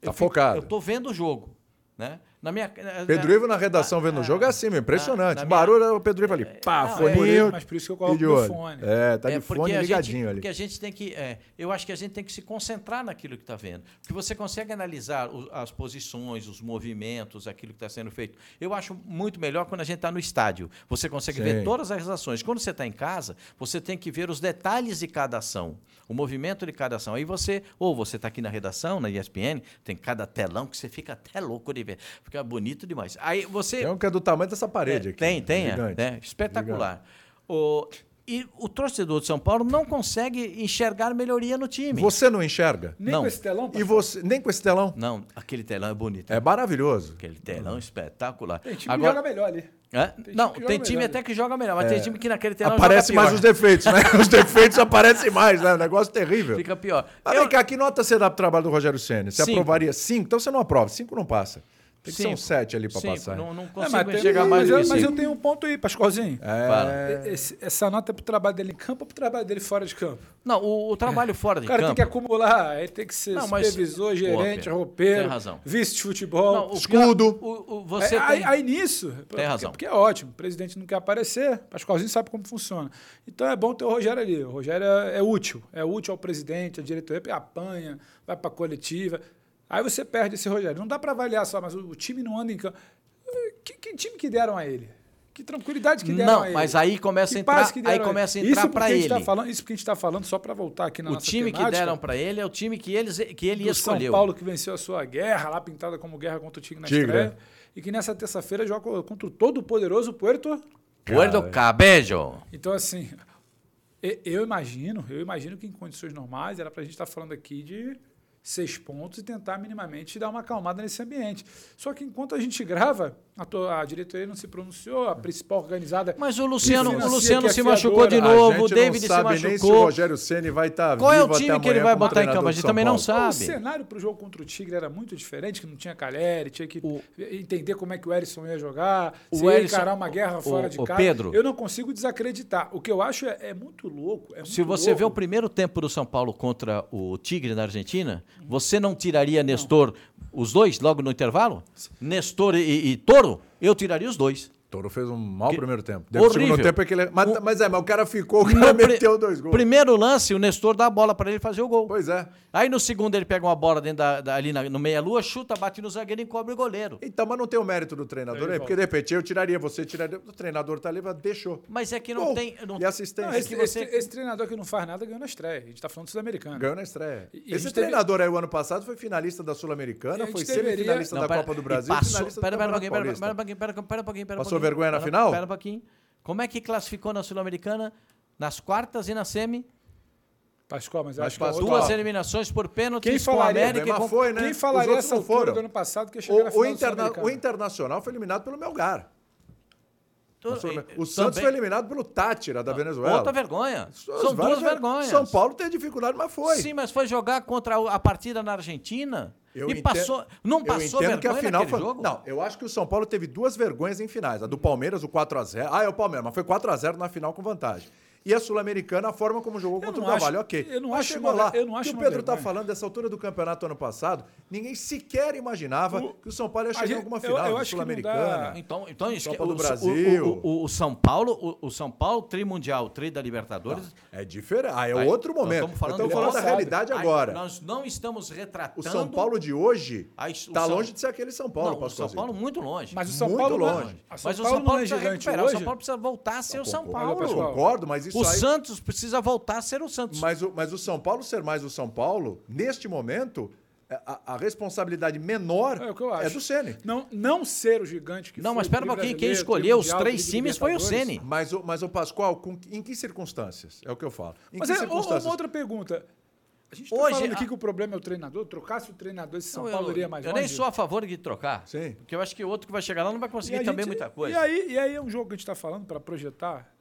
Tá fico- focado. Eu estou vendo o jogo. Né? Na minha, Pedro Ivo na Ah, redação vendo o jogo é assim, meu, impressionante. barulho, era o Pedro Ivo ali, pá, Não, foninho é, mas por isso que eu e coloco de meu olho. fone. É, tá É, de fone a ligadinho gente, ali. Porque a gente tem que. é, eu acho que a gente tem que se concentrar naquilo que está vendo. Porque você consegue analisar o- as posições, os movimentos, aquilo que está sendo feito. Eu acho muito melhor quando a gente está no estádio. Você consegue ver Sim. todas as ações. Quando você está em casa, você tem que ver os detalhes de cada ação, o movimento de cada ação. Aí você, ou você está aqui na redação, na ESPN, tem cada telão que você fica até louco de ver. Fica bonito demais. Aí você. Tem um que é do tamanho dessa parede É, aqui. Tem, tem. é, gigante. né? Espetacular. O, e o torcedor de São Paulo não consegue enxergar melhoria no time. Você não enxerga? Nem Não. com esse telão, é. E parceiro. você, nem com esse telão? Não, aquele telão é bonito. É maravilhoso. Aquele telão espetacular. Tem time Agora, que joga melhor ali. Hã? time não, que joga tem time melhor, É. até que joga melhor, mas tem time que naquele telão Aparece joga mais pior. os defeitos, né? (laughs) Os defeitos aparecem mais, né? Um negócio terrível. Fica pior. Mas Eu- Ah, vem cá, que nota você dá pro trabalho do Rogério Senna? Você Cinco. aprovaria cinco? Então você não aprova, cinco não passa. Tem que ser Cinco. uns sete ali pra Cinco, passar. Não, não É, consigo tem- enxergar mais mas, do eu, que mas eu cinco. tenho um ponto aí, Pascoalzinho. É. Fala. E- esse- essa nota é pro trabalho dele em campo ou pro trabalho dele fora de campo? Não, o, o trabalho fora O de É. cara campo... tem que acumular, ele tem que ser Não, mas- supervisor, Pô, gerente, Pedro, roupeiro, tem razão. vice de futebol. Não, o pior- escudo. o- o- você É, aí, tem- aí- aí nisso, porque- razão. porque é ótimo, o presidente não quer aparecer, Pascoalzinho sabe como funciona. Então é bom ter o Rogério ali. O Rogério é, é útil, é útil ao presidente, à diretoria, porque apanha, vai para coletiva. Aí você perde esse Rogério. Não dá para avaliar só, mas o, o time não anda em campo. Que, que time que deram a ele? Que tranquilidade que deram Não, a ele? mas aí começa a Que entrar- paz que deram aí a ele? começa a Isso entrar porque pra a gente tá ele. falando- isso que a gente está falando, só para voltar aqui na O nossa time que temática, deram para ele é o time que, eles, que ele do escolheu. São Paulo que venceu a sua guerra, lá pintada como guerra contra o Tigre na Tigre, estreia. E que nessa terça-feira joga contra o todo poderoso Puerto. Puerto Cabello. Então, assim, e- eu imagino, eu imagino que em condições normais era pra gente estar falando aqui de seis pontos e tentar minimamente dar uma acalmada nesse ambiente. Só que enquanto a gente grava, a, to- a diretoria não se pronunciou, a principal organizada. Mas o Luciano, Sim, o sim. Luciano Que é se afiadora. machucou de A A novo, o gente David não se sabe nem se o machucou. Rogério Senna vai estar Qual é o vivo até time que ele amanhã vai como botar em treinador campo? A de gente São também não Paulo. Então, O sabe. cenário para o jogo contra o Tigre era muito diferente, que não tinha Caleri, tinha que O- entender como é que o Erisson ia jogar, O se ia Erisson- encarar uma guerra o- fora de o casa. Pedro- Eu não consigo desacreditar. O que eu acho é, é muito louco. é Se um muito você vê o louco. primeiro tempo do São Paulo contra o Tigre na Argentina, você não tiraria Nestor, os dois, logo no intervalo? Nestor e, e Toro? Eu tiraria (laughs) os dois. Toro fez um mau primeiro tempo. Horrível. Depois do segundo tempo é que ele... Mas, O- mas é, mas o cara ficou, o cara No pri- meteu dois gols. Primeiro lance, o Nestor dá a bola para ele fazer o gol. Pois é. Aí no segundo ele pega uma bola dentro da, da- ali na- no meia-lua, chuta, bate no zagueiro e encobre o goleiro. Então, mas não tem o mérito do treinador aí, porque de repente eu tiraria, você tiraria, o treinador tá ali, mas deixou. Mas é que não Gol. tem. Não, E assistência. Não, é esse, que você- esse- esse treinador que não faz nada ganhou na estreia. A gente está falando do Sul-Americano. Ganhou na estreia. E- e a Esse gente teve- treinador aí, o ano passado, foi finalista da E a Sul-Americana, gente foi deveria- semifinalista Não, Então da pera- Copa do e Brasil e passou- finalista Pera, do pera, Campeonato um pouquinho, pera, Paulista. pera, um pouquinho, pera, um pouquinho, pera, um pouquinho, pera, um Passou pouquinho. vergonha na Pera- final? Pera um pouquinho. Como é que classificou na Sul-Americana? Nas quartas e na semi, Pascoal, mas eu Mas acho que a Pascoal- outra- duas eliminações por Quem pênaltis com a falaria, Mas América. e Com... foi, né? Quem Os falaria outros essa não altura foram. do ano passado que ia chegar na O, o final do Interna- Sul-Americano? o Internacional foi eliminado pelo Melgar. Tu- O Santos também- foi eliminado né, pelo Tátira, Ah, da Venezuela. Outra vergonha. As São várias duas ver- vergonhas. São Paulo teve dificuldade, mas foi. Sim, mas foi jogar contra a a partida na Argentina Eu e entendo- passou. Não eu passou entendo vergonha que a final naquele foi- jogo? Não, eu acho que o São Paulo teve duas vergonhas em finais. A do Palmeiras, o 4x0. Ah, é o Palmeiras, mas foi 4x0 na final com vantagem. E a Sul-Americana, a forma como jogou contra o não acho- Trabalho, ok. eu não Mas acho chegou uma- lá. eu não acho o que uma o Pedro está vergonha. falando dessa altura do campeonato ano passado, ninguém sequer imaginava O- que o São Paulo ia a chegar em gente- alguma eu- final eu de acho que não dá- Sul-Americana. Então, então esque- Copa do o- o- Brasil. O, o- o São Paulo, o, o São Paulo, tri mundial, tri da Libertadores, É diferente. Ah, é Aí, outro nós momento. estamos falando Estamos do falando da passado. realidade Aí, agora. nós não estamos retratando. O São Paulo de hoje Aí, o está São- longe de ser aquele São Paulo, não, o São Pascoalzinho. Paulo muito longe. Mas o São Muito Paulo não é- longe. a Mas o São não é Paulo precisa gigante recuperar. O hoje? São Paulo precisa voltar a ser é o São Concordo, Paulo. pessoal. Concordo, mas isso o aí... Santos precisa voltar a ser o Santos. Mas o, mas o São Paulo ser mais o São Paulo, neste momento, é, a, a- a responsabilidade menor É o que eu acho. do Sene. Não, não ser o gigante que não, foi, mas espera um tri pouquinho. Quem brasileiro, escolheu os tri mundial, três tri times foi o Libertadores. Ceni. Mas o, mas o Pascoal, com que- em que circunstâncias? É o que eu falo. Em Mas que é ou- circunstâncias? uma outra pergunta. A gente tá Hoje, falando aqui a- que o problema é o treinador. Trocasse o treinador, esse São Não, Paulo eu, iria mais eu longe. nem sou a favor de trocar. Sim. Porque eu acho que o outro que vai chegar lá não vai E conseguir a também gente- muita coisa. E aí, e aí é um jogo que a gente está falando para projetar,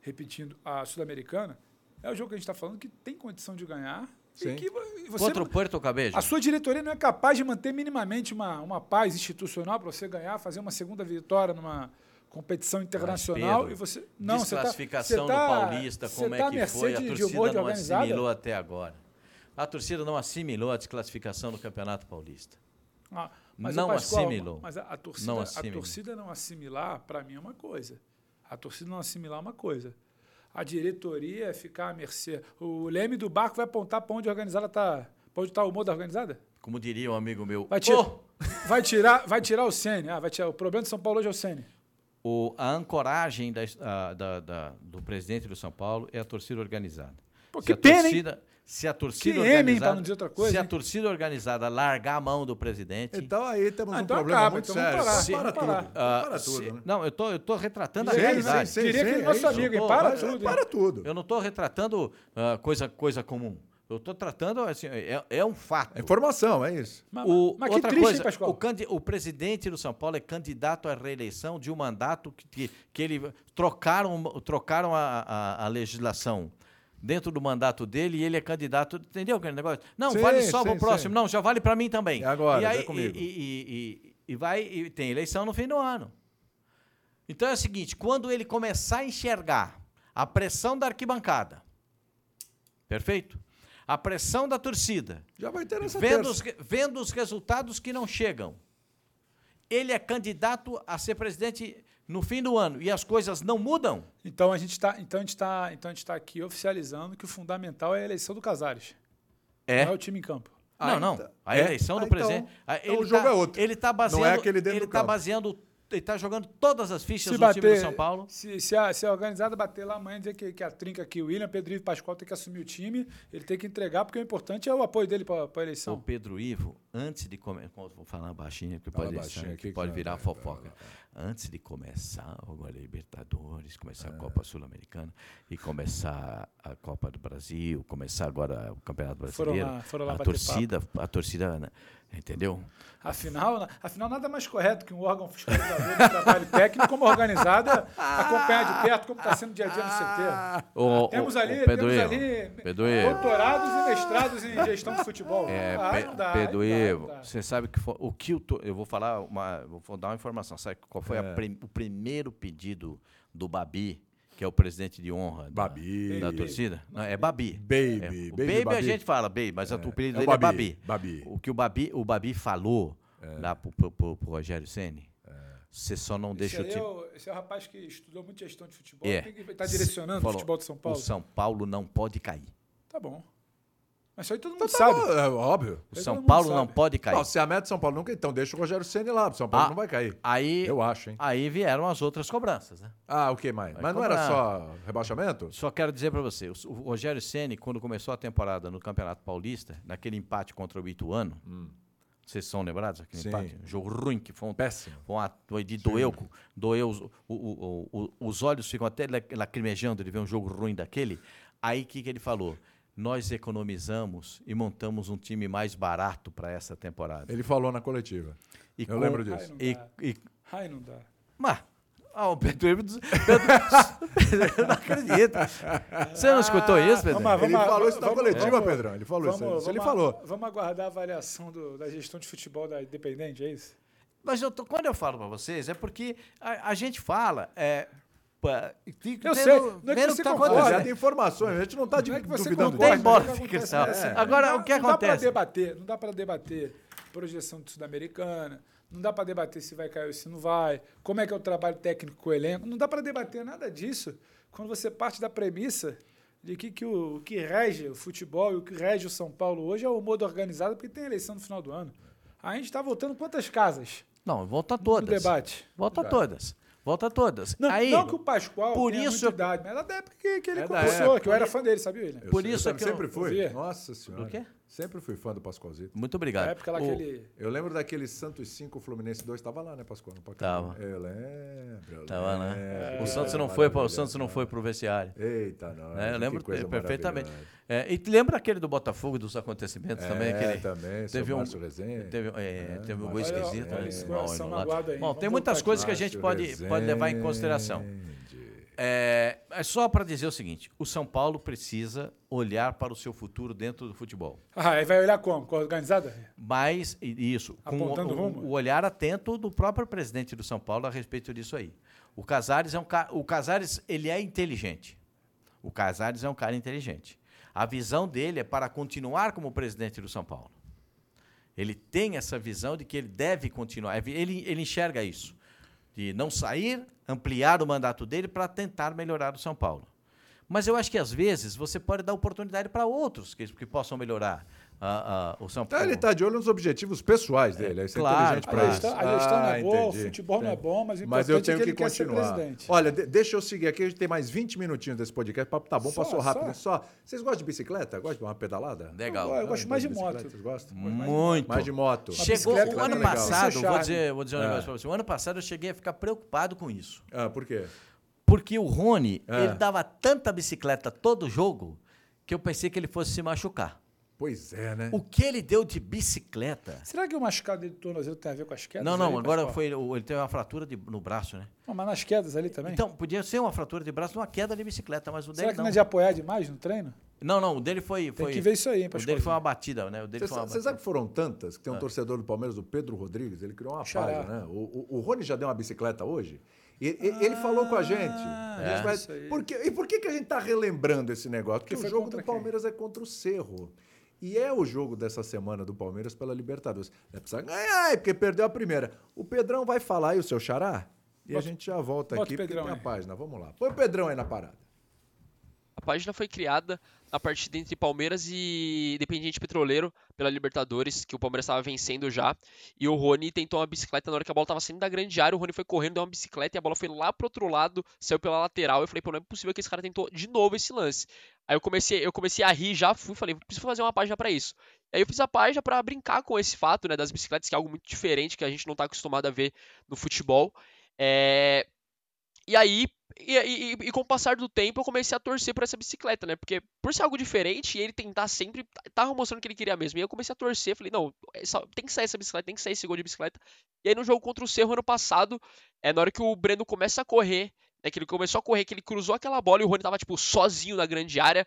repetindo, a Sul-Americana. É um jogo que a gente está falando que tem condição de ganhar. Sim. E que vo- e você Contra não- o Puerto Cabejo. A sua diretoria não é capaz de manter minimamente uma, uma paz institucional para você ganhar, fazer uma segunda vitória numa competição internacional Pedro, e você não você tá- Desclassificação você tá, do Paulista, você como tá é à que mercê foi? A de- de torcida humor de não organizada. assimilou até agora. A torcida não assimilou a desclassificação do Campeonato Paulista. Ah, Mas, ô, não Pascoal, assimilou. Mas a, a torcida, Não não a assimilou. torcida não assimilar, para mim, é uma coisa. A torcida não assimilar é uma coisa. A diretoria é ficar à mercê. O leme do barco vai apontar para onde a organizada tá. Pra onde está o humor da organizada? Como diria um amigo meu, Vai, tirar- "Ô, vai tirar, vai tirar o Sene. Ah, vai tirar. O problema de São Paulo hoje é o Sene. "Oh, o- a ancoragem da, es- a- da- da- do presidente do São Paulo é a torcida organizada. Pô, se que a pena, hein? torcida, Se a torcida Que M, hein, pra organizada, não dizer outra coisa, se a hein? torcida organizada largar a mão do presidente, Então aí temos Ah, um então problema acaba, muito então vamos sério. parar, Então para vamos parar. tudo. ah, para se- tudo, né? não, eu tô, eu tô retratando a Sim, realidade. sim, sim. Queria aquele é nosso isso. amigo, hein? Pô, Para mas é, tudo, hein? Para tudo. Eu não estou retratando ah, coisa, coisa comum. Eu estou tratando, assim, é, é um fato. É informação, é isso. Mas, O- mas que outra triste, coisa, hein, Pascoal? o, candi- o presidente do São Paulo é candidato à reeleição de um mandato que, que, que ele trocaram, trocaram a, a- a legislação dentro do mandato dele e ele é candidato, entendeu aquele negócio? Não, Sim, vale só para o sim, próximo, sim. não, já vale para mim também. É agora, e já aí, é comigo. E, e- e- e vai e tem eleição no fim do ano. Então é o seguinte, quando ele começar a enxergar a pressão da arquibancada, perfeito? A pressão da torcida, Já vai ter essa vendo terça. os, re- vendo os resultados que não chegam. Ele é candidato a ser presidente no fim do ano e as coisas não mudam? Então a gente está então a gente tá, então a gente tá aqui oficializando que o fundamental é a eleição do Casares. É. Não é o time em campo. Não, Ah, não. então- A é? eleição do Ah, presidente. então- a- então ele o jogo tá- é outro. Ele está baseando. Não é aquele dentro ele do está campo. baseando. Ele está jogando todas as fichas Se do time bater, do São Paulo. Se, se a, se a organizada bater lá amanhã e dizer que, que a trinca aqui, o William, Pedrinho e Pascoal tem que assumir o time, ele tem que entregar, porque o importante é o apoio dele para a O eleição. Pedro Ivo, antes de começar. Vou falar baixinho, porque Fala pode, baixinho que aqui, pode que- virar vai, fofoca. Antes de começar agora a Libertadores, começar É. a Copa Sul-Americana e começar a Copa do Brasil, começar agora o Campeonato Foram Brasileiro. lá- foram lá a bater torcida, a torcida, né, entendeu? Afinal, na- afinal, nada mais correto que um órgão fiscalizador do trabalho técnico, como organizada, acompanhar de perto como está sendo o dia a dia no CT. O, Ah, Temos o- ali, o Ah, Pedro temos Ivo, ali Pedro Ivo. doutorados e mestrados em gestão de futebol. É, Ah, Pe- não dá, Pedro aí dá, aí Ivo, dá. você sabe que foi, o que o to- eu vou falar uma, vou dar uma informação, sabe qual foi a É. prim- o primeiro pedido do Babi, que é o presidente de honra da- Babi. da, torcida? Não, é Babi. Baby, É, o baby a Babi. gente fala Baby, mas a o apelido é o dele é Babi, Babi. Babi. É. O que o Babi, o Babi falou lá pro, pro- pro- pro Rogério Ceni. Você só não deixa o esse, aí time é o, esse é o rapaz que estudou muito gestão de futebol, É. está direcionando Falou, o futebol de São Paulo. O São Paulo não pode cair. Tá bom. Mas isso aí todo mundo Então tá sabe. bom, é óbvio. O Todo São mundo Paulo não sabe. pode cair. Não, se a meta de São Paulo nunca, então deixa o Rogério Ceni lá, o São Paulo Tá Ah, não vai cair. Aí, Eu acho, hein? aí vieram as outras cobranças, né? Ah, o que mais? Mas não era cobrar. só rebaixamento? Só quero dizer para você, o o Rogério Ceni, quando começou a temporada no Campeonato Paulista, naquele empate contra o Ituano, vocês são lembrados daquele Hum. Sim. empate? Um jogo ruim, que foi um Péssimo. Foi, uma, foi de doeu, doeu os, o- o- o- o- os olhos ficam até lac- lacrimejando de ver um jogo ruim daquele. Aí o que, que ele falou? Nós economizamos e montamos um time mais barato para essa temporada. Ele falou na coletiva. E Eu lembro disso. Ai, não E, dá. e, Ai, não dá. mas, ah, o Pedro, Ivo diz- (laughs) Pedro- (laughs) eu não acredito. Você não escutou isso, Pedro? Vamos lá, Ele vamos- falou isso na vamos- coletiva, vamos- Pedrão. Ele falou isso. Isso ele a- falou. Vamos aguardar a avaliação do- da gestão de futebol da Independente, é isso? Mas eu tô- quando eu falo para vocês, é porque a, a gente fala. É, pa- e fica Eu vendo- sei, não é que vendo o você tá concorda, Olha, já acontecendo. tem informações, a gente não está Não é que você duvidando concorda, dele. Tem bola, mas fica acontece, essa. né? É. Agora, Não dá- o que Não dá para acontece? debater, não dá para debater projeção de Sul-Americana, não dá para debater se vai cair ou se não vai, como é que é o trabalho técnico com o elenco, não dá para debater nada disso quando você parte da premissa de que, que o, o que rege o futebol e o que rege o São Paulo hoje é o modo organizado, porque tem eleição no final do ano. A gente está voltando quantas casas Não, volta no todas. debate? Volta todas. Volta todas. Não, Aí, não que o Pascoal por tenha isso muita eu- idade, mas era da época que, que ele É da começou, época. que eu era fã dele, sabia, William? Eu Por sei, isso sabe, é que eu- sempre fui. Ouvia? Nossa senhora. Do quê? Sempre fui fã do Pascoalzito. muito Na obrigado. época lá O- que ele... Eu lembro daquele Santos 5 Fluminense 2, tava lá, né, Pascoal? No Pacaembu? Tava. Eu lembro. eu Tava, né? É, lembro. É, O Que Santos coisa não foi, pra, o maravilhosa. Santos né? não foi pro vestiário. Eita, não. né? Eu lembro que coisa perfeitamente. maravilhosa. É, e lembra aquele do Botafogo dos acontecimentos também? É, Aquele, também, teve seu um, Márcio Rezende. Teve, é, teve um gol Márcio esquisito. né? Rezende. né? Olha esse Mal coração enrolado. magoado aí. Bom, tem Vamos muitas voltar coisas que a Márcio gente pode, pode levar em consideração. Rezende. É, é só para dizer o seguinte: o São Paulo precisa olhar para o seu futuro dentro do futebol. Ah, aí vai olhar como? Com a organizada? Mas e- isso, com o, Apontando o, rumo? o olhar atento do próprio presidente do São Paulo a respeito disso aí. O Casares é um ca- o Casares ele é inteligente. O Casares é um cara inteligente. A visão dele é para continuar como presidente do São Paulo. Ele tem essa visão de que ele deve continuar. é, Ele, ele enxerga isso. De não sair, ampliar o mandato dele para tentar melhorar o São Paulo. Mas eu acho que, às vezes, você pode dar oportunidade para outros que, que possam melhorar ah, ah, o São Então Paulo. ele está de olho nos objetivos pessoais dele. Aí você claro, é inteligente A para claro. isso. gestão, a gestão não Ah, é boa, entendi. o futebol não é bom, mas o Mas eu importante é tenho que que, ele quer ser continuar. presidente. Olha, de- deixa eu seguir aqui. A gente tem mais 20 minutinhos desse podcast. O papo tá bom, Só, passou rápido. só. Só. Vocês gostam de bicicleta? Gostam de dar uma pedalada? Legal. Eu gosto mais de bicicleta, moto. Vocês gostam? Né? Muito. Mais de moto. Chegou bicicleta o ano é legal. passado, Isso é vou charme. dizer, vou dizer um É. negócio para você. O ano passado eu cheguei a ficar preocupado com isso. Ah, por quê? Porque o Rony, É. ele dava tanta bicicleta todo jogo que eu pensei que ele fosse se machucar. Pois é, né? O que ele deu de bicicleta? Será que o machucado dele do tornozelo tem a ver com as quedas? Não, não, ali, agora pessoal? foi, o- ele teve uma fratura de- no braço, né? Não, mas nas quedas ali também? Então, podia ser uma fratura de braço, uma queda de bicicleta, mas o dele Será que não. não é de apoiar demais no treino? Não, não, o dele foi. foi que ver isso aí, hein, O dele Pascoalzinho. foi uma batida, né? O dele Você foi uma sa- você batida. sabe que foram tantas que tem um torcedor do Palmeiras, o Pedro Rodrigues, ele criou uma Ah. Xará. página, né? O, o, o Rony já deu uma bicicleta hoje? E, e- ele falou com a gente. A gente Ah, é. vai- Isso aí. por que- e por que, que a gente está relembrando esse negócio? Porque Que o foi jogo contra do quem? Palmeiras é contra o Cerro. E é o jogo dessa semana do Palmeiras pela Libertadores. É precisar ganhar, é porque perdeu a primeira. O Pedrão vai falar aí o seu xará? E a gente já volta bota aqui o porque Pedrão tem a aí. página. Vamos lá. Põe o Pedrão aí na parada. A página foi criada na partida entre Palmeiras e Independiente Petroleiro pela Libertadores, que o Palmeiras estava vencendo já. E o Rony tentou uma bicicleta na hora que a bola estava saindo da grande área. O Rony foi correndo, deu uma bicicleta e a bola foi lá pro outro lado, saiu pela lateral. Eu falei, pô, não é possível que esse cara tentou de novo esse lance. Aí eu comecei, eu comecei a rir já, fui, falei, preciso fazer uma página para isso. Aí eu fiz a página para brincar com esse fato, né, das bicicletas, que é algo muito diferente que a gente não tá acostumado a ver no futebol. É, E aí, e, e- e- e com o passar do tempo, eu comecei a torcer por essa bicicleta, né? Porque por ser algo diferente e ele tentar sempre, t- tava mostrando que ele queria mesmo. E aí eu comecei a torcer, falei, não, essa- tem que sair essa bicicleta, tem que sair esse gol de bicicleta. E aí no jogo contra o Cerro ano passado, é na hora que o Breno começa a correr, né? Que ele começou a correr, que ele cruzou aquela bola e o Rony tava, tipo, sozinho na grande área.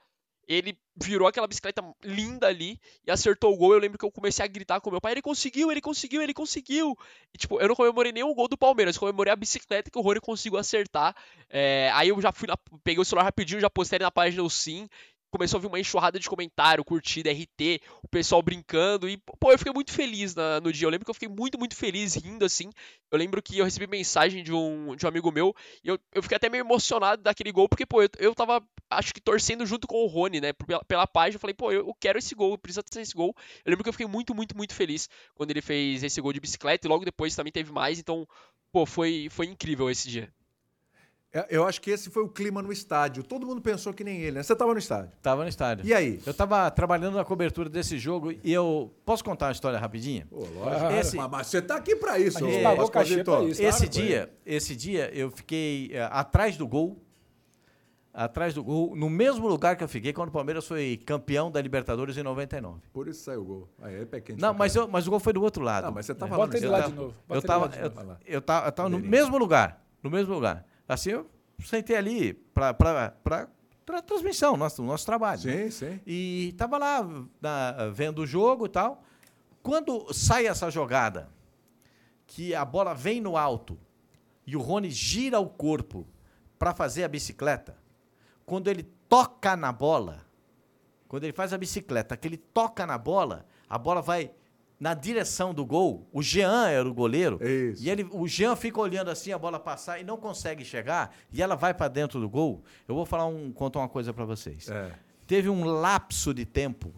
Ele virou aquela bicicleta linda ali e acertou o gol. Eu lembro que eu comecei a gritar com meu pai: ele conseguiu, ele conseguiu, ele conseguiu. E, tipo, eu não comemorei nenhum gol do Palmeiras, comemorei a bicicleta que o Rony conseguiu acertar. É, aí eu já fui lá, peguei o celular rapidinho, já postei ali na página do Sim. Começou a vir uma enxurrada de comentário, curtida, RT, o pessoal brincando. E, pô, eu fiquei muito feliz na- no dia. Eu lembro que eu fiquei muito, muito feliz rindo, assim. Eu lembro que eu recebi mensagem de um, de um amigo meu. E eu, eu fiquei até meio emocionado daquele gol, porque, pô, eu, eu tava, acho que torcendo junto com o Rony, né? Pela, pela página. Eu falei, pô, eu, eu quero esse gol, precisa ser esse gol. Eu lembro que eu fiquei muito, muito, muito feliz quando ele fez esse gol de bicicleta. E logo depois também teve mais. Então, pô, foi, foi incrível esse dia. É, Eu acho que esse foi o clima no estádio. Todo mundo pensou que nem ele, né? Você estava no estádio. Tava no estádio. E aí? Eu tava trabalhando na cobertura desse jogo e eu. Posso contar uma história rapidinha? Pô, lógico. Claro. Esse- Mas, mas você tá aqui pra isso, A gente ô pagou Vasco cachê pra Zito. isso. Esse claro, dia, esse dia eu fiquei eh, atrás do gol, atrás do gol, no mesmo lugar que eu fiquei quando o Palmeiras foi campeão da Libertadores em 99. Por isso saiu o gol. Aí é pé quente Não, pra mas, eu, mas o gol foi do outro lado. caralho. Não, mas você tava lá. Bota no ele estádio. lá tava- de novo. eu Bota ele tava, lá de eu, novo. vai lá. eu tava, eu tava no Bandeirinha. mesmo lugar, no mesmo lugar. Assim, eu sentei ali para para transmissão, nosso nosso trabalho. né? Sim, sim. E estava lá na- vendo o jogo e tal. Quando sai essa jogada, que a bola vem no alto e o Rony gira o corpo para fazer a bicicleta, quando ele toca na bola, quando ele faz a bicicleta, que ele toca na bola, a bola vai na direção do gol. O Jean era o goleiro. Isso. E ele, o Jean fica olhando assim a bola passar e não consegue chegar. E ela vai para dentro do gol. Eu vou falar um, contar uma coisa para vocês É. teve um lapso de tempo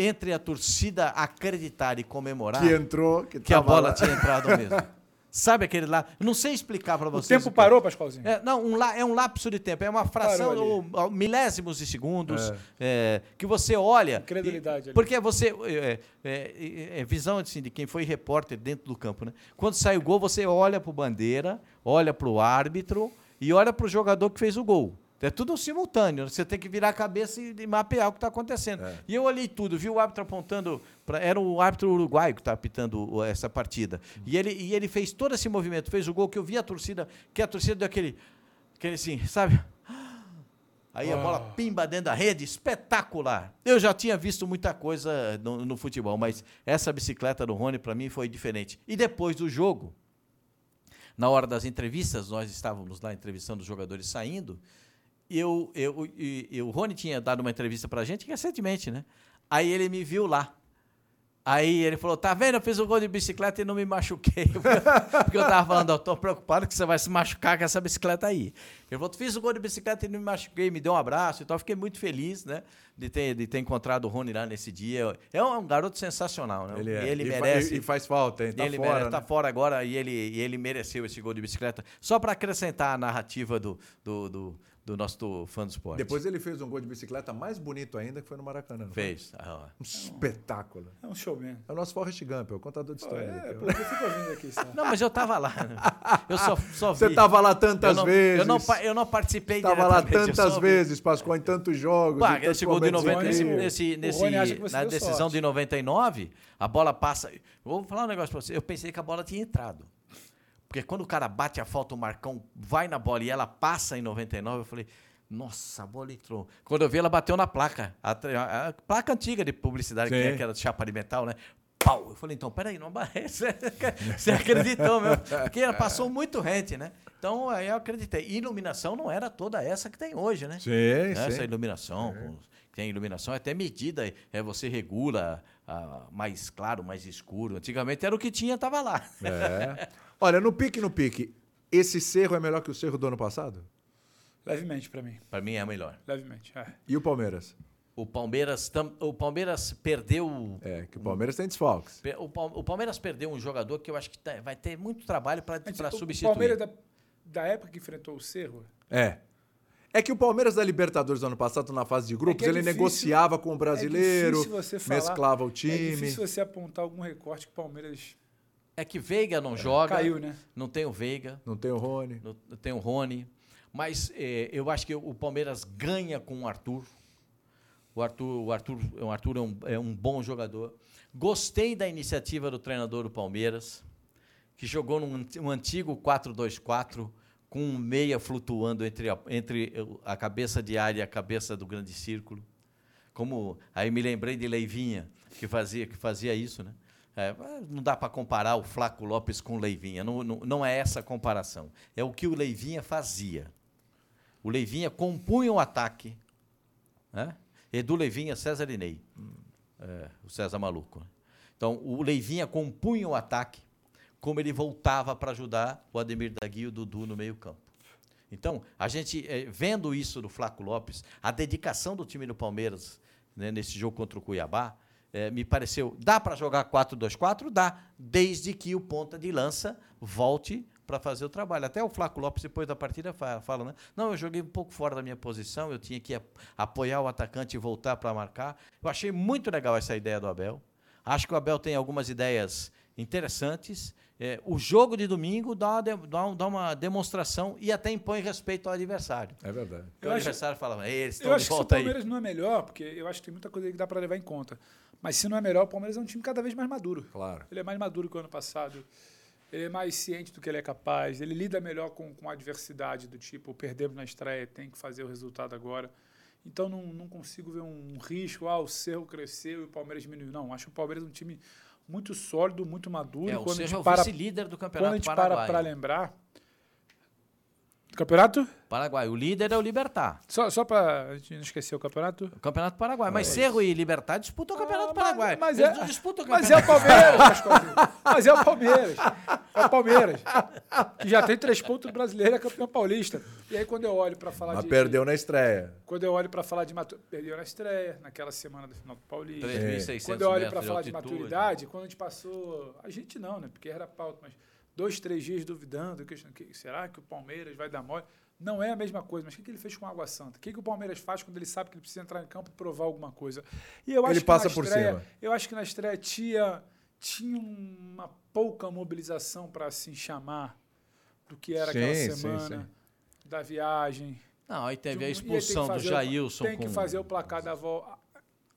entre a torcida acreditar e comemorar Que Ah, que, entrou, que, a tava bola lá. tinha entrado (laughs) mesmo. Sabe aquele lá? Eu não sei explicar para O vocês. tempo que- parou, Pascoalzinho? É, não, um la- é um lapso de tempo, é uma fração, Parou ali. ou- ou milésimos de segundos, é, que você olha. Incredulidade e- ali. Porque você. É, é, é, é visão assim, de quem foi repórter dentro do campo, né? Quando sai o gol, você olha para o bandeira, olha para o árbitro e olha para o jogador que fez o gol. É tudo simultâneo, né? você tem que virar a cabeça e e mapear o que está acontecendo. É. E eu olhei tudo, vi o árbitro apontando. pra- era o árbitro uruguaio que estava apitando o- essa partida. E ele, e ele fez todo esse movimento, fez o gol que eu vi a torcida, que a torcida deu aquele. aquele assim, sabe? Aí a bola pimba dentro da rede, espetacular. Eu já tinha visto muita coisa no, no futebol, mas essa bicicleta do Rony para mim foi diferente. E depois do jogo, na hora das entrevistas, nós estávamos lá entrevistando os jogadores saindo, e, eu, eu, e, e o Rony tinha dado uma entrevista para a gente recentemente, né? Aí ele me viu lá. Aí ele falou: tá vendo? Eu fiz o gol de bicicleta e não me machuquei. (laughs) Porque eu tava falando, eu tô preocupado que você vai se machucar com essa bicicleta aí. Ele falou: fiz o gol de bicicleta e não me machuquei, me deu um abraço e tal. Fiquei muito feliz, né? De ter, de ter encontrado o Rony lá nesse dia. É um, é um garoto sensacional, né? Ele, é. E ele e fa- merece. e- e faz falta, hein? Tá ele fora, merece, né? tá fora agora e ele, e ele mereceu esse gol de bicicleta. Só para acrescentar a narrativa do, do, do, do nosso fã do esporte. Depois ele fez um gol de bicicleta mais bonito ainda, que foi no Maracanã. não foi? fez. Ah, Um espetáculo. É um showman. É o nosso Forrest Gump, é o contador de história. É, daqui, ó. pô, eu fico ouvindo aqui, sabe? Não, mas eu tava lá. né? Eu só, só vi. Você tá estava lá eu tantas não, vezes. Eu não, pa- eu não participei Tava lá diretamente, eu tantas só vi. vezes, Pascoal, em tantos jogos. Pá, em tantos esse gol de momentos 90, aí, incríveis. nesse, o- nesse, o nesse- Rony acha que você na deu decisão sorte. de 99, a bola passa. Vou falar um negócio pra você. Eu pensei que a bola tinha entrado. Porque quando o cara bate a falta, o Marcão vai na bola e ela passa em 99, eu falei, nossa, a bola entrou. Quando eu vi, ela bateu na placa. A, tre- a- a placa antiga de publicidade, que Sim. é aquela de chapa de metal, né? Pau! Eu falei, então, peraí, não aparece. (laughs) Você acreditou mesmo? Porque ela passou muito rente, né? Então, aí eu acreditei. E iluminação não era toda essa que tem hoje, né? Sim, né? Essa sim. iluminação, com- tem iluminação até medida, é você regula ah, mais claro, mais escuro. Antigamente era o que tinha, tava lá. É. Olha, no pique, no pique, esse cerro é melhor que o cerro do ano passado? Levemente pra mim. Para mim é melhor. Levemente. É. E o Palmeiras? O Palmeiras, tam- o Palmeiras perdeu É, que o Palmeiras tem desfalques. pe- o, Pal- o Palmeiras perdeu um jogador que eu acho que tá- vai ter muito trabalho para Mas o substituir. Palmeiras da, da época que enfrentou o Cerro, É. É que o Palmeiras da Libertadores do ano passado, na fase de grupos, É que é ele difícil- negociava com o brasileiro, é difícil você falar- mesclava o time. É difícil você apontar algum recorte que o Palmeiras É que Veiga não joga, caiu, né? não tem o Veiga, Não tem o Rony. não não tem o Rony, mas eh, eu acho que o Palmeiras ganha com o Arthur. O Arthur, o Arthur, o Arthur é, um, é um bom jogador. Gostei da iniciativa do treinador do Palmeiras, que jogou num anti- um antigo 4-2-4, com um meia flutuando entre a, entre a cabeça de área e a cabeça do grande círculo. Como aí me lembrei de Leivinha, que fazia, que fazia isso, né? É, mas não dá para comparar o Flaco Lopes com o Leivinha, não, não, não é essa a comparação. É o que o Leivinha fazia. O Leivinha compunha o ataque né? Edu Leivinha, César Inei. É, o César Maluco. né? Então, o Leivinha compunha o ataque, como ele voltava para ajudar o Ademir Dagui e o Dudu no meio-campo. Então, a gente, eh, vendo isso do Flaco Lopes, a dedicação do time do Palmeiras né, nesse jogo contra o Cuiabá, eh, me pareceu. Dá para jogar 4-2-4? Dá, desde que o ponta de lança volte para fazer o trabalho. Até o Flaco Lopes, depois da partida, fa- fala, né? Não, eu joguei um pouco fora da minha posição, eu tinha que ap- apoiar o atacante e voltar para marcar. Eu achei muito legal essa ideia do Abel. Acho que o Abel tem algumas ideias interessantes. É, o jogo de domingo dá uma, de- dá um- dá uma demonstração e até impõe respeito ao adversário. É verdade. Porque Eu o acho- adversário fala, "Ei, eles Eu estão de acho que se o volta aí. Palmeiras não é melhor, porque eu acho que tem muita coisa aí que dá para levar em conta. Mas se não é melhor, o Palmeiras é um time cada vez mais maduro. Claro. Ele é mais maduro que o ano passado. Ele é mais ciente do que ele é capaz. Ele lida melhor com, com a adversidade do tipo, perdemos na estreia, tem que fazer o resultado agora. Então não, não consigo ver um risco, ah, o Cerro cresceu e o Palmeiras diminuiu. Não, acho o Palmeiras um time muito sólido, muito maduro. É, E o quando a Seja gente é o para, vice-líder do quando a Campeonato gente para para Paraguai. lembrar... Campeonato? Paraguai. O líder é o Libertar. Só, só para a gente não esquecer o campeonato? O Campeonato Paraguai. Mas Cerro e Libertar disputam o Campeonato É Ah, mas- Paraguai. mas Eles é- não disputam o Mas Campeonato é o Palmeiras, (laughs) Pascoalzinho. Mas é o Palmeiras. É o Palmeiras. Que já tem três pontos do brasileiro e é campeão paulista. E aí, quando eu olho para falar Mas de. perdeu na estreia. Quando eu olho para falar de. Matu... Perdeu na estreia, naquela semana da final do Paulista. 3.600 É. Quando eu olho metros para falar de altitude. maturidade, quando a gente passou. A gente não, né? Porque era pauta, mas dois, três dias duvidando, questionando, que- será que o Palmeiras vai dar mole? Não é a mesma coisa, mas o que que ele fez com a Água Santa? O que que o Palmeiras faz quando ele sabe que ele precisa entrar em campo e provar alguma coisa? E eu Ele acho que passa na por estreia- cima. Eu acho que na estreia tinha, tinha uma pouca mobilização para assim chamar do que era Sim, aquela sim, semana da viagem. Não, aí teve De a um- e aí tem que expulsão do fazer o- Jailson. Tem que com- fazer o placar da volta.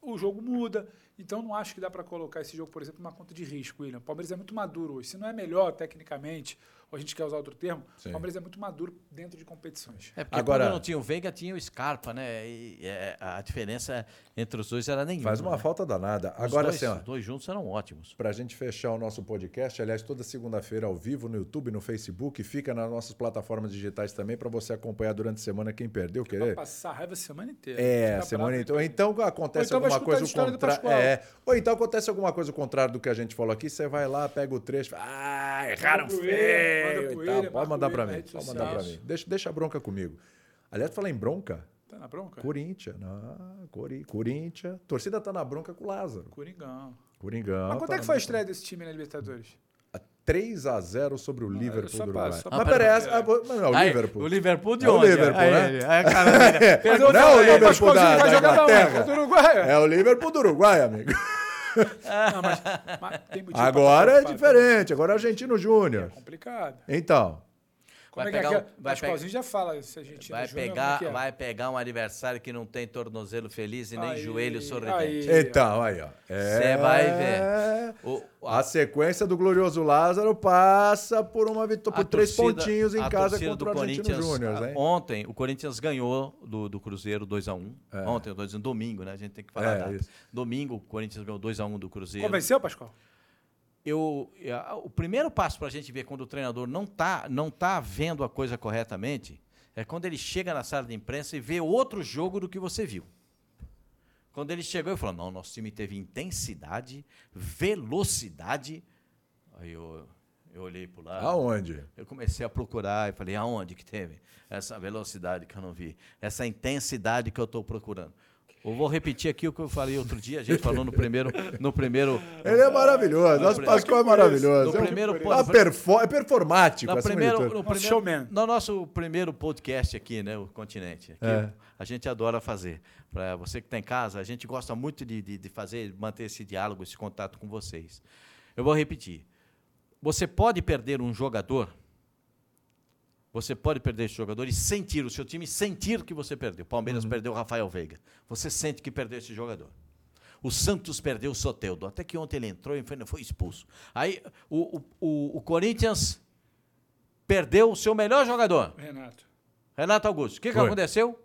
O jogo muda. Então não acho que dá para colocar esse jogo, por exemplo, numa conta de risco, William. O Palmeiras é muito maduro hoje. Se não é melhor tecnicamente, ou a gente quer usar outro termo, Sim. o Palmeiras é muito maduro dentro de competições. É porque Agora- quando não tinha o Veiga, tinha o Scarpa, né? E é, a diferença entre os dois era nenhuma. Faz uma né? falta danada. Os Agora, dois, assim, ó, Os dois juntos eram ótimos. Para a gente fechar o nosso podcast, aliás, toda segunda-feira ao vivo no YouTube, no Facebook, fica nas nossas plataformas digitais também para você acompanhar durante a semana quem perdeu, Vai querer. passar raiva a semana inteira. tá É, Ficar semana bravo, então. Então Ou acontece então vai alguma escutar a coisa o história do contrário. Pascoal. É. Ou então acontece alguma coisa o contrário do que a gente falou aqui, você vai lá, pega o trecho, ah, erraram Manda pro feio. ele, manda e pro tal. ele, Pode marca mandar o para ele na mim, rede pode social. mandar para mim. Deixa, deixa a bronca comigo. Aliás, falar em bronca, Tá na bronca? Corinthians, ah, Cori- Corinthians, torcida tá na bronca com o Lázaro. Coringão. Coringão. Mas quanto tá é que foi a na- estreia desse time na Libertadores? 3 a 0 sobre o Ah, só Liverpool do passo, Uruguai. só mas passo. parece, ah, mas não, o Aí, Liverpool. O Liverpool de É o onde? Liverpool, Aí, né? ele- aí, (laughs) cara, Mas (laughs) não, eu- o aí, Liverpool Pascoalzinho tá da- vai da jogar onde? Inglaterra. Contra o Uruguai? É o Liverpool do Uruguai, amigo. Não, mas, mas tem motivo pra Agora é estar preocupado. diferente, agora é Argentino É Júnior. complicado. Então, Como Vai é que é pegar que um- é? vai O Pascoalzinho já fala se a gente vai, é pegar, vai pegar um adversário que não tem tornozelo feliz e nem Aí, joelho aí. sorridente. então, aí, ó. É. Cê vai ver. O- A sequência do glorioso Lázaro passa por uma vitória por três torcida- pontinhos em a casa torcida contra o Argentino Júnior, ah, hein? Ontem, o Corinthians ganhou do, do Cruzeiro 2x1. Ontem, eu tô dizendo domingo, né? A gente tem que falar É, a data. isso. Domingo, o Corinthians ganhou 2x1 do Cruzeiro. Convenceu, Pascoal? eu, eh, o primeiro passo para a gente ver quando o treinador não tá, não tá vendo a coisa corretamente é quando ele chega na sala de imprensa e vê outro jogo do que você viu. Quando ele chegou e falou: Não, nosso time teve intensidade, velocidade. Aí eu, eu olhei para lado. Aonde? Eu comecei a procurar e falei, aonde que teve? Essa velocidade que eu não vi, essa intensidade que eu estou procurando. Eu vou repetir aqui o que eu falei outro dia, a gente falou no primeiro. No primeiro Ele (laughs) é maravilhoso. Nosso pre- Pascoal é maravilhoso. No É um- primeiro Ah, pod- perfo- É performático. no acima de primeiro, tudo. no, Nosso primeiro showman. no nosso primeiro podcast aqui, né, o Continente, que É. a gente adora fazer. Para você que está em casa, a gente gosta muito de, de, de fazer, manter esse diálogo, esse contato com vocês. Eu vou repetir. Você pode perder um jogador, você pode perder esse jogador e sentir o seu time, sentir que você perdeu. Uhum. Palmeiras perdeu o Rafael Veiga. Você sente que perdeu esse jogador. O Santos perdeu o Soteldo. Até que ontem ele entrou e foi- foi expulso. Aí o, o, o, o Corinthians perdeu o seu melhor jogador, Renato. Renato Augusto. O que, que Foi. aconteceu?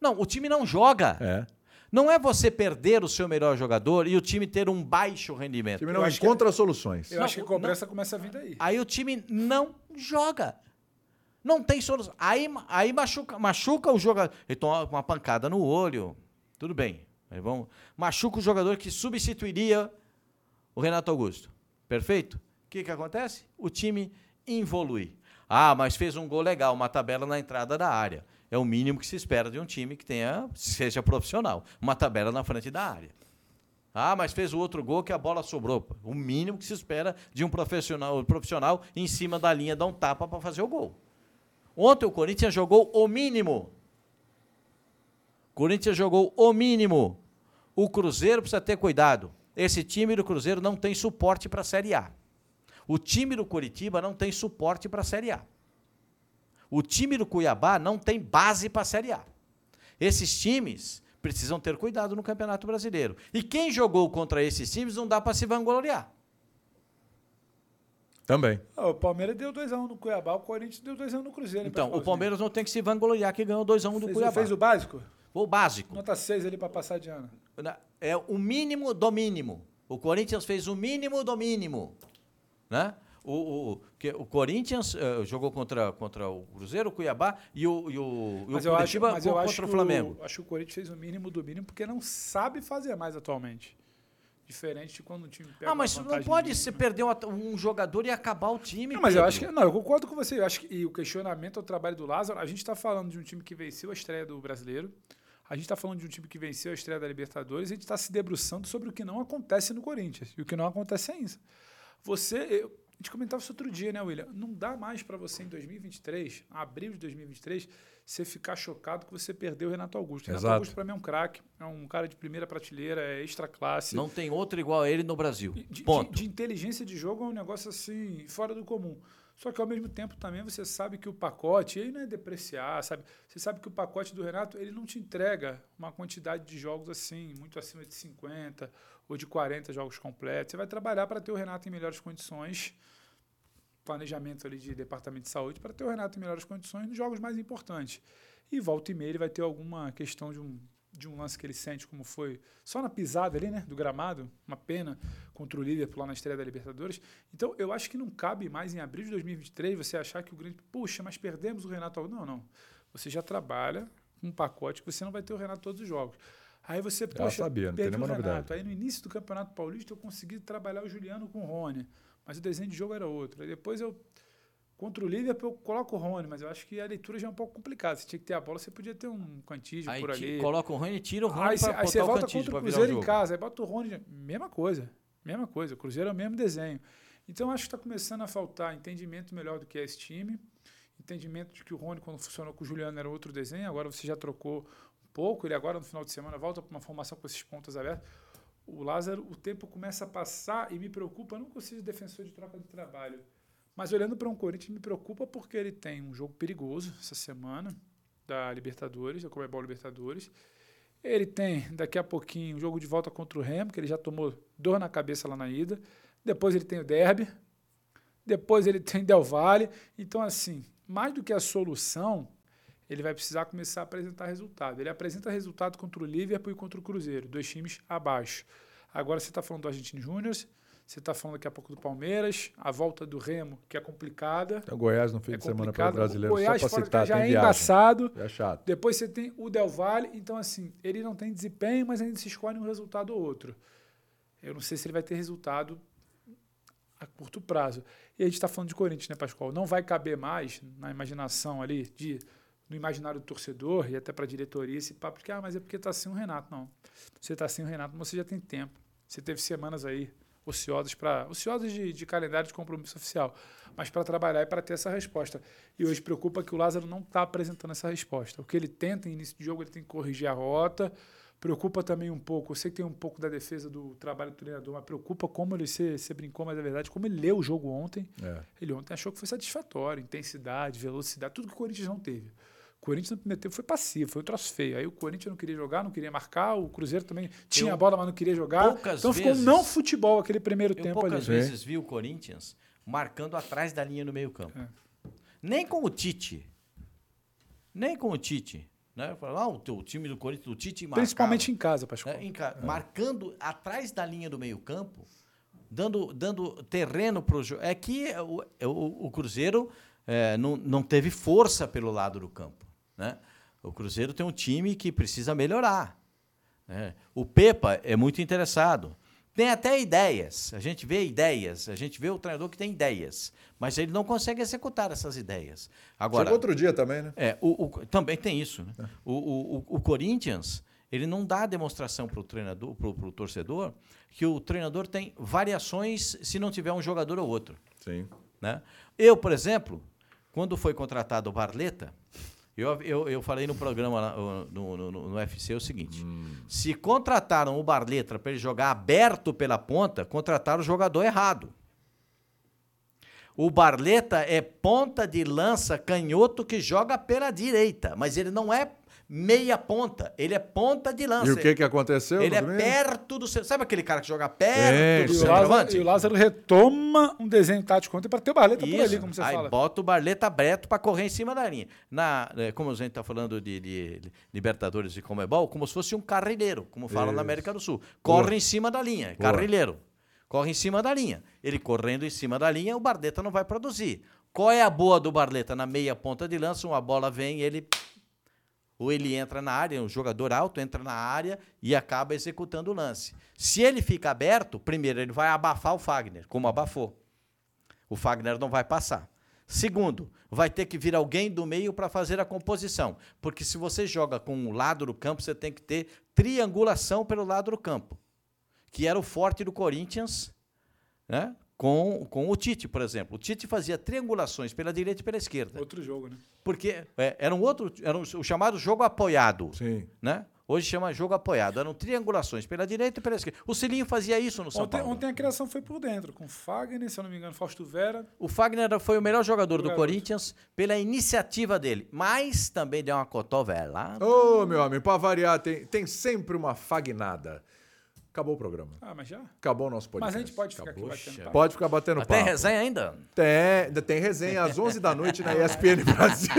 Não, o time não joga. É. Não é você perder o seu melhor jogador e o time ter um baixo O rendimento. time Eu não acho que- encontra soluções. Eu Não, acho que a cobrança começa a vir daí. Aí o time não joga. Não tem solução. Aí, ma- aí machuca, machuca o jogador. Ele toma uma pancada no olho. Tudo bem. Aí vamos, machuca o jogador que substituiria o Renato Augusto. Perfeito? O que, que acontece? O time involui. Ah, mas fez um gol legal, uma tabela na entrada da área. É o mínimo que se espera de um time que tenha, seja profissional. Uma tabela na frente da área. Ah, mas fez o outro gol que a bola sobrou. O mínimo que se espera de um profissional, profissional em cima da linha dar um tapa para fazer o gol. Ontem o Corinthians jogou o mínimo. O Corinthians jogou o mínimo. O Cruzeiro precisa ter cuidado. Esse time do Cruzeiro não tem suporte para a Série A. O time do Curitiba não tem suporte para a Série A. O time do Cuiabá não tem base para a Série A. Esses times precisam ter cuidado no Campeonato Brasileiro. E quem jogou contra esses times não dá para se vangloriar. Também. Ah, o Palmeiras deu 2x1 no Cuiabá, o Corinthians deu 2x1 no Cruzeiro. hein, Então, o Pascoalzinho? Palmeiras não tem que se vangloriar que ganhou 2x1 do fez, Cuiabá. fez o básico? O básico. Nota 6 ali pra passar de ano. Na- É o mínimo do mínimo. O Corinthians fez o mínimo do mínimo. Né? O, o, o- que o Corinthians eh, jogou contra, contra o Cruzeiro, o Cuiabá e o, e o, e o Curitiba contra o que Flamengo. acho que o Corinthians fez o mínimo do mínimo porque não sabe fazer mais atualmente. Diferente de quando o time pega Ah, mas uma não vantagem pode mínima. se perder um um jogador e acabar o time. Não, mas eu Pedro. acho que. é Não, eu concordo com você. Eu acho que e o questionamento ao trabalho do Lázaro. A gente está falando de um time que venceu a estreia do brasileiro. A gente está falando de um time que venceu a estreia da Libertadores. E a gente está se debruçando sobre o que não acontece no Corinthians. E o que não acontece ainda. Você. eu- a gente comentava isso outro dia, né, William? Não dá mais para você em 2023, abril de 2023, você ficar chocado que você perdeu o Renato Augusto. O Renato Exato. Augusto, para mim, é um craque. É um cara de primeira prateleira, é extra classe. Não tem outro igual a ele no Brasil. De- De, Ponto. de inteligência de jogo é um negócio assim, fora do comum. Só que ao mesmo tempo também você sabe que o pacote, ele não é depreciar, sabe? Você sabe que o pacote do Renato, ele não te entrega uma quantidade de jogos assim, muito acima de 50 ou de 40 jogos completos. Você vai trabalhar para ter o Renato em melhores condições planejamento ali de departamento de saúde para ter o Renato em melhores condições nos jogos mais importantes. E volta e meia ele vai ter alguma questão de um, de um lance que ele sente, como foi só na pisada ali, né, do gramado, uma pena contra o Liverpool lá na estreia da Libertadores. Então eu acho que não cabe mais em abril de 2023 você achar que o grande, puxa, mas perdemos o Renato. Alves. Não, não. Você já trabalha com um pacote que você não vai ter o Renato todos os jogos. Aí você, poxa, sabia, não tem perdi o nenhuma Renato. novidade. Aí no início do Campeonato Paulista eu consegui trabalhar o Juliano com o Rony, mas o desenho de jogo era outro. Aí depois eu, contra o Liverpool, eu coloco o Rony, mas eu acho que a leitura já é um pouco complicada. Você tinha que ter a bola, você podia ter um cantígio Aí por ti- ali. coloca o Rony e tira o Rony Aí pra você botar o volta Cantígio contra pra o virar o Cruzeiro em jogo. casa, aí bota o Rony, mesma coisa, mesma coisa. O Cruzeiro é o mesmo desenho. Então acho que está começando a faltar entendimento melhor do que é esse time, entendimento de que o Rony, quando funcionou com o Juliano, era outro desenho, agora você já trocou um pouco, ele agora no final de semana volta para uma formação com esses pontos abertos. O Lázaro, o tempo começa a passar e me preocupa, não que eu seja defensor de troca de trabalho, mas olhando para um Corinthians me preocupa porque ele tem um jogo perigoso essa semana da Libertadores, da Comebol Libertadores. Ele tem daqui a pouquinho um jogo de volta contra o Remo, que ele já tomou dor na cabeça lá na ida. Depois ele tem o Derby. Depois ele (laughs) tem Del Valle. Então, assim, mais do que a solução, ele vai precisar começar a apresentar resultado. Ele apresenta resultado contra o Liverpool e contra o Cruzeiro, dois times abaixo. Agora você está falando do Argentino Júnior, você está falando daqui a pouco do Palmeiras, a volta do Remo, que é complicada. Tem o Então, Goiás no fim É de semana para o complicado. brasileiro, o Goiás só para fora de citar, casa já tem é viagem. embaçado. É chato. Depois você tem o Del Valle, então assim, ele não tem desempenho, mas ainda se escolhe um resultado ou outro. Eu não sei se ele vai ter resultado a curto prazo. E a gente está falando de Corinthians, né, Pascoal? Não vai caber mais na imaginação ali, de, no imaginário do torcedor e até para a diretoria esse papo de que, ah, mas é porque está sem o Renato. Não, você está sem o Renato, mas você já tem tempo. Você teve semanas aí ociosas para ociosas de, de calendário de compromisso oficial, mas para trabalhar e para ter essa resposta. E hoje preocupa que o Lázaro não está apresentando essa resposta. O que ele tenta em início de jogo, ele tem que corrigir a rota. Preocupa também um pouco, eu sei que tem um pouco da defesa do trabalho do treinador, mas preocupa como ele, você, você brincou, mas é verdade, como ele leu o jogo ontem. É. Ele ontem achou que foi satisfatório, intensidade, velocidade, tudo que o Corinthians não teve. O Corinthians no primeiro tempo foi passivo, foi um troço feio. Aí o Corinthians não queria jogar, não queria marcar, o Cruzeiro também tinha a bola, mas não queria jogar. poucas então ficou um vezes- não futebol aquele primeiro Eu tempo um ali. poucas vezes vi o Corinthians marcando atrás da linha no meio-campo. É. Nem com o Tite. Nem com o Tite. Né? Eu falo, ah, o, teu, o time do Corinthians, o Tite marcava. Principalmente em casa, Pascoal. né? Em ca- É. Marcando atrás da linha do meio-campo, dando, dando terreno para o jogo. É que o, o, o Cruzeiro é, não, não teve força pelo lado do campo. Né? O Cruzeiro tem um time que precisa melhorar. né? O Pepa é muito interessado. Tem até ideias, a gente vê ideias, a gente vê o treinador que tem ideias, mas ele não consegue executar essas ideias. Agora, Chegou outro dia também, né? é, o, o- também tem isso. Né? O, o, o- o Corinthians ele não dá a demonstração para o treinador, para o torcedor, que o treinador tem variações se não tiver um jogador ou outro. Sim. Né? Eu, por exemplo, quando foi contratado o Barleta, eu, eu, eu falei no programa lá, o- no, no, no, no UFC o seguinte: Hum. se contrataram o Barleta para ele jogar aberto pela ponta, contrataram o jogador errado. O Barleta é ponta de lança canhoto que joga pela direita, mas ele não é meia ponta, ele é ponta de lança. E o que, que aconteceu? ele no É, é domingo? perto do. centro- Sabe aquele cara que joga perto E do o, Lázaro, centroavante? e o Lázaro retoma um desenho tático ontem para ter o Barleta por Isso. ali, como você Aí fala. bota o Barleta aberto para correr em cima da linha. Na, eh, como a gente está falando de, de li- Libertadores e Comebol, como se fosse um carrilheiro, como falam na América do Sul. Corre em cima da linha, Boa. carrilheiro. Corre em cima da linha. Ele correndo em cima da linha, o Barleta não vai produzir. Qual é a boa do Barleta? Na meia ponta de lança, uma bola vem, ele ou ele entra na área, um jogador alto entra na área e acaba executando o lance. Se ele fica aberto, primeiro ele vai abafar o Fagner, como abafou. O Fagner não vai passar. Segundo, vai ter que vir alguém do meio para fazer a composição, porque se você joga com um lado do campo, você tem que ter triangulação pelo lado do campo, que era o forte do Corinthians, né? Com, com o Tite, por exemplo. O Tite fazia triangulações pela direita e pela esquerda. Outro jogo, né? Porque é, era um outro, era um- o chamado jogo apoiado, Sim. né? Hoje chama jogo apoiado. Eram triangulações pela direita e pela esquerda. O Cilinho fazia isso no São Ontem, Paulo. ontem a criação foi por dentro, com Fagner, se eu não me engano, Fausto Vera. O Fagner foi o melhor jogador do Garoto. Corinthians pela iniciativa dele, mas também deu uma cotovelada. Ô, meu amigo, pra variar, tem, tem sempre uma fagnada. Acabou o programa. Ah, mas já? Acabou o nosso podcast. Mas a gente pode ficar Acabou. aqui batendo papo. Pode ficar batendo Até papo. Tá resenha ainda? Tem, ainda tem resenha às 11 da noite (laughs) na ESPN Brasil,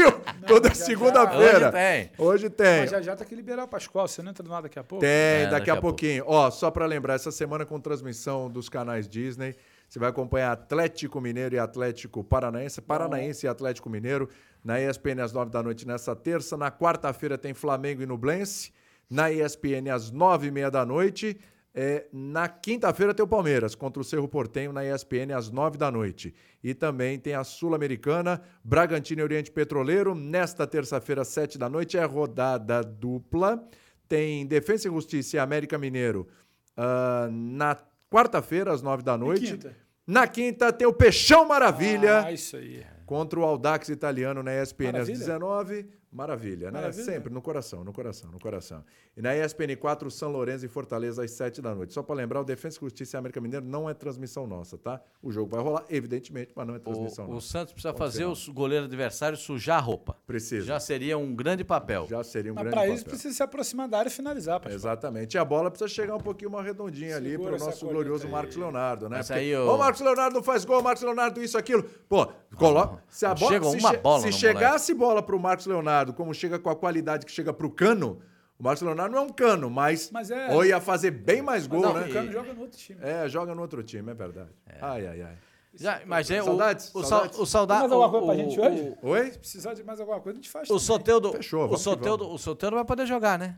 toda já, já. segunda-feira. Hoje tem. Hoje tem. Mas já já tá que liberar o Pascoal, você não entra nada daqui a pouco? Tem, É, daqui, a, pouquinho. Ó, só para lembrar, essa semana com transmissão dos canais Disney, você vai acompanhar Atlético Mineiro e Atlético Paranaense, Paranaense e Atlético Mineiro, na ESPN às 9 da noite nessa terça. Na quarta-feira tem Flamengo e Nublense, na ESPN às 9 e meia da noite. É, na quinta-feira tem o Palmeiras contra o Cerro Portenho na ESPN às 9 da noite. E também tem a Sul-Americana, Bragantino e Oriente Petroleiro. Nesta terça-feira, às 7 da noite, é rodada dupla tem Defesa e Justiça e América Mineiro ah, na quarta-feira, às nove da noite. quinta? Na quinta tem o Peixão Maravilha Um Ah, isso aí. contra o Aldax Italiano na ESPN Maravilha. às 19. Maravilha, né? Maravilha. Sempre, no coração, no coração, no coração. E na ESPN 4, São Lourenço e Fortaleza às 7 da noite. Só para lembrar, o Defesa e Justiça e América Mineiro não é transmissão nossa, tá? O jogo vai rolar, evidentemente, mas não é transmissão O, o nossa. Santos precisa Pode ser fazer não. o su- goleiro adversário sujar a roupa. Precisa. Já Já, seria um grande papel. seria um Mas grande pra papel. isso precisa se aproximar da área e finalizar, Pascoal. Exatamente. E a bola precisa chegar um pouquinho mais redondinha ali Segura para o essa nosso corneta glorioso aí. Marcos Leonardo, né? Mas Porque, aí o- Ô, Marcos Leonardo não faz gol, Marcos Leonardo isso, aquilo. Pô, coloca. Se a Não bola, chega se uma che- bola se no chegasse bola para o Marcos Leonardo, como chega com a qualidade que chega para o cano, o Marcos Leonardo não é um cano, mas, Mas é- ou ia fazer bem mais gol, não, né? O Cano joga no outro time. É, joga no outro time, é verdade. Ai, ai, ai. Já, mas é o, Saudades? o, Saudades? sal- o saudade. Tem mais alguma o- coisa pra gente o- hoje? Oi? Se precisar de mais alguma coisa, a gente faz. O, o Soteudo. Fechou, o vamos que Soteudo, vamos. o Soteudo vai poder jogar, né?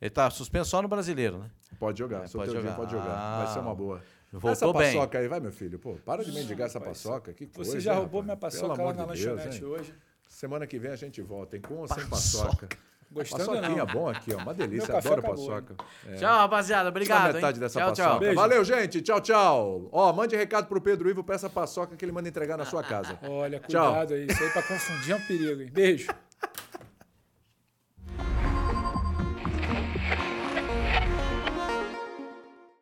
Ele tá suspenso só no brasileiro, né? Pode jogar, É, só pode teu jogar. Ah, dia pode jogar. Vai ser uma boa. Voltou essa bem. paçoca aí, vai, meu filho. Pô, para de mendigar essa paçoca. Que coisa, Você já hein, roubou é, rapaz? minha Pelo paçoca lá amor na de Deus, lanchonete hein? hoje. Semana que vem a gente volta, hein? Com ou sem Paçoca. paçoca? Gostando ou Paçoquinha não? bom aqui, é ó. Uma delícia. café Adoro acabou, paçoca. Tchau, rapaziada. Só a Obrigado. É. metade hein? dessa tchau, paçoca. tchau. Beijo. Valeu, gente. Tchau, tchau. Ó, mande recado pro Pedro (laughs) Ivo, peça a paçoca que ele manda entregar na sua casa. Olha, Tchau. cuidado aí. Isso aí pra confundir é um perigo, hein? Beijo.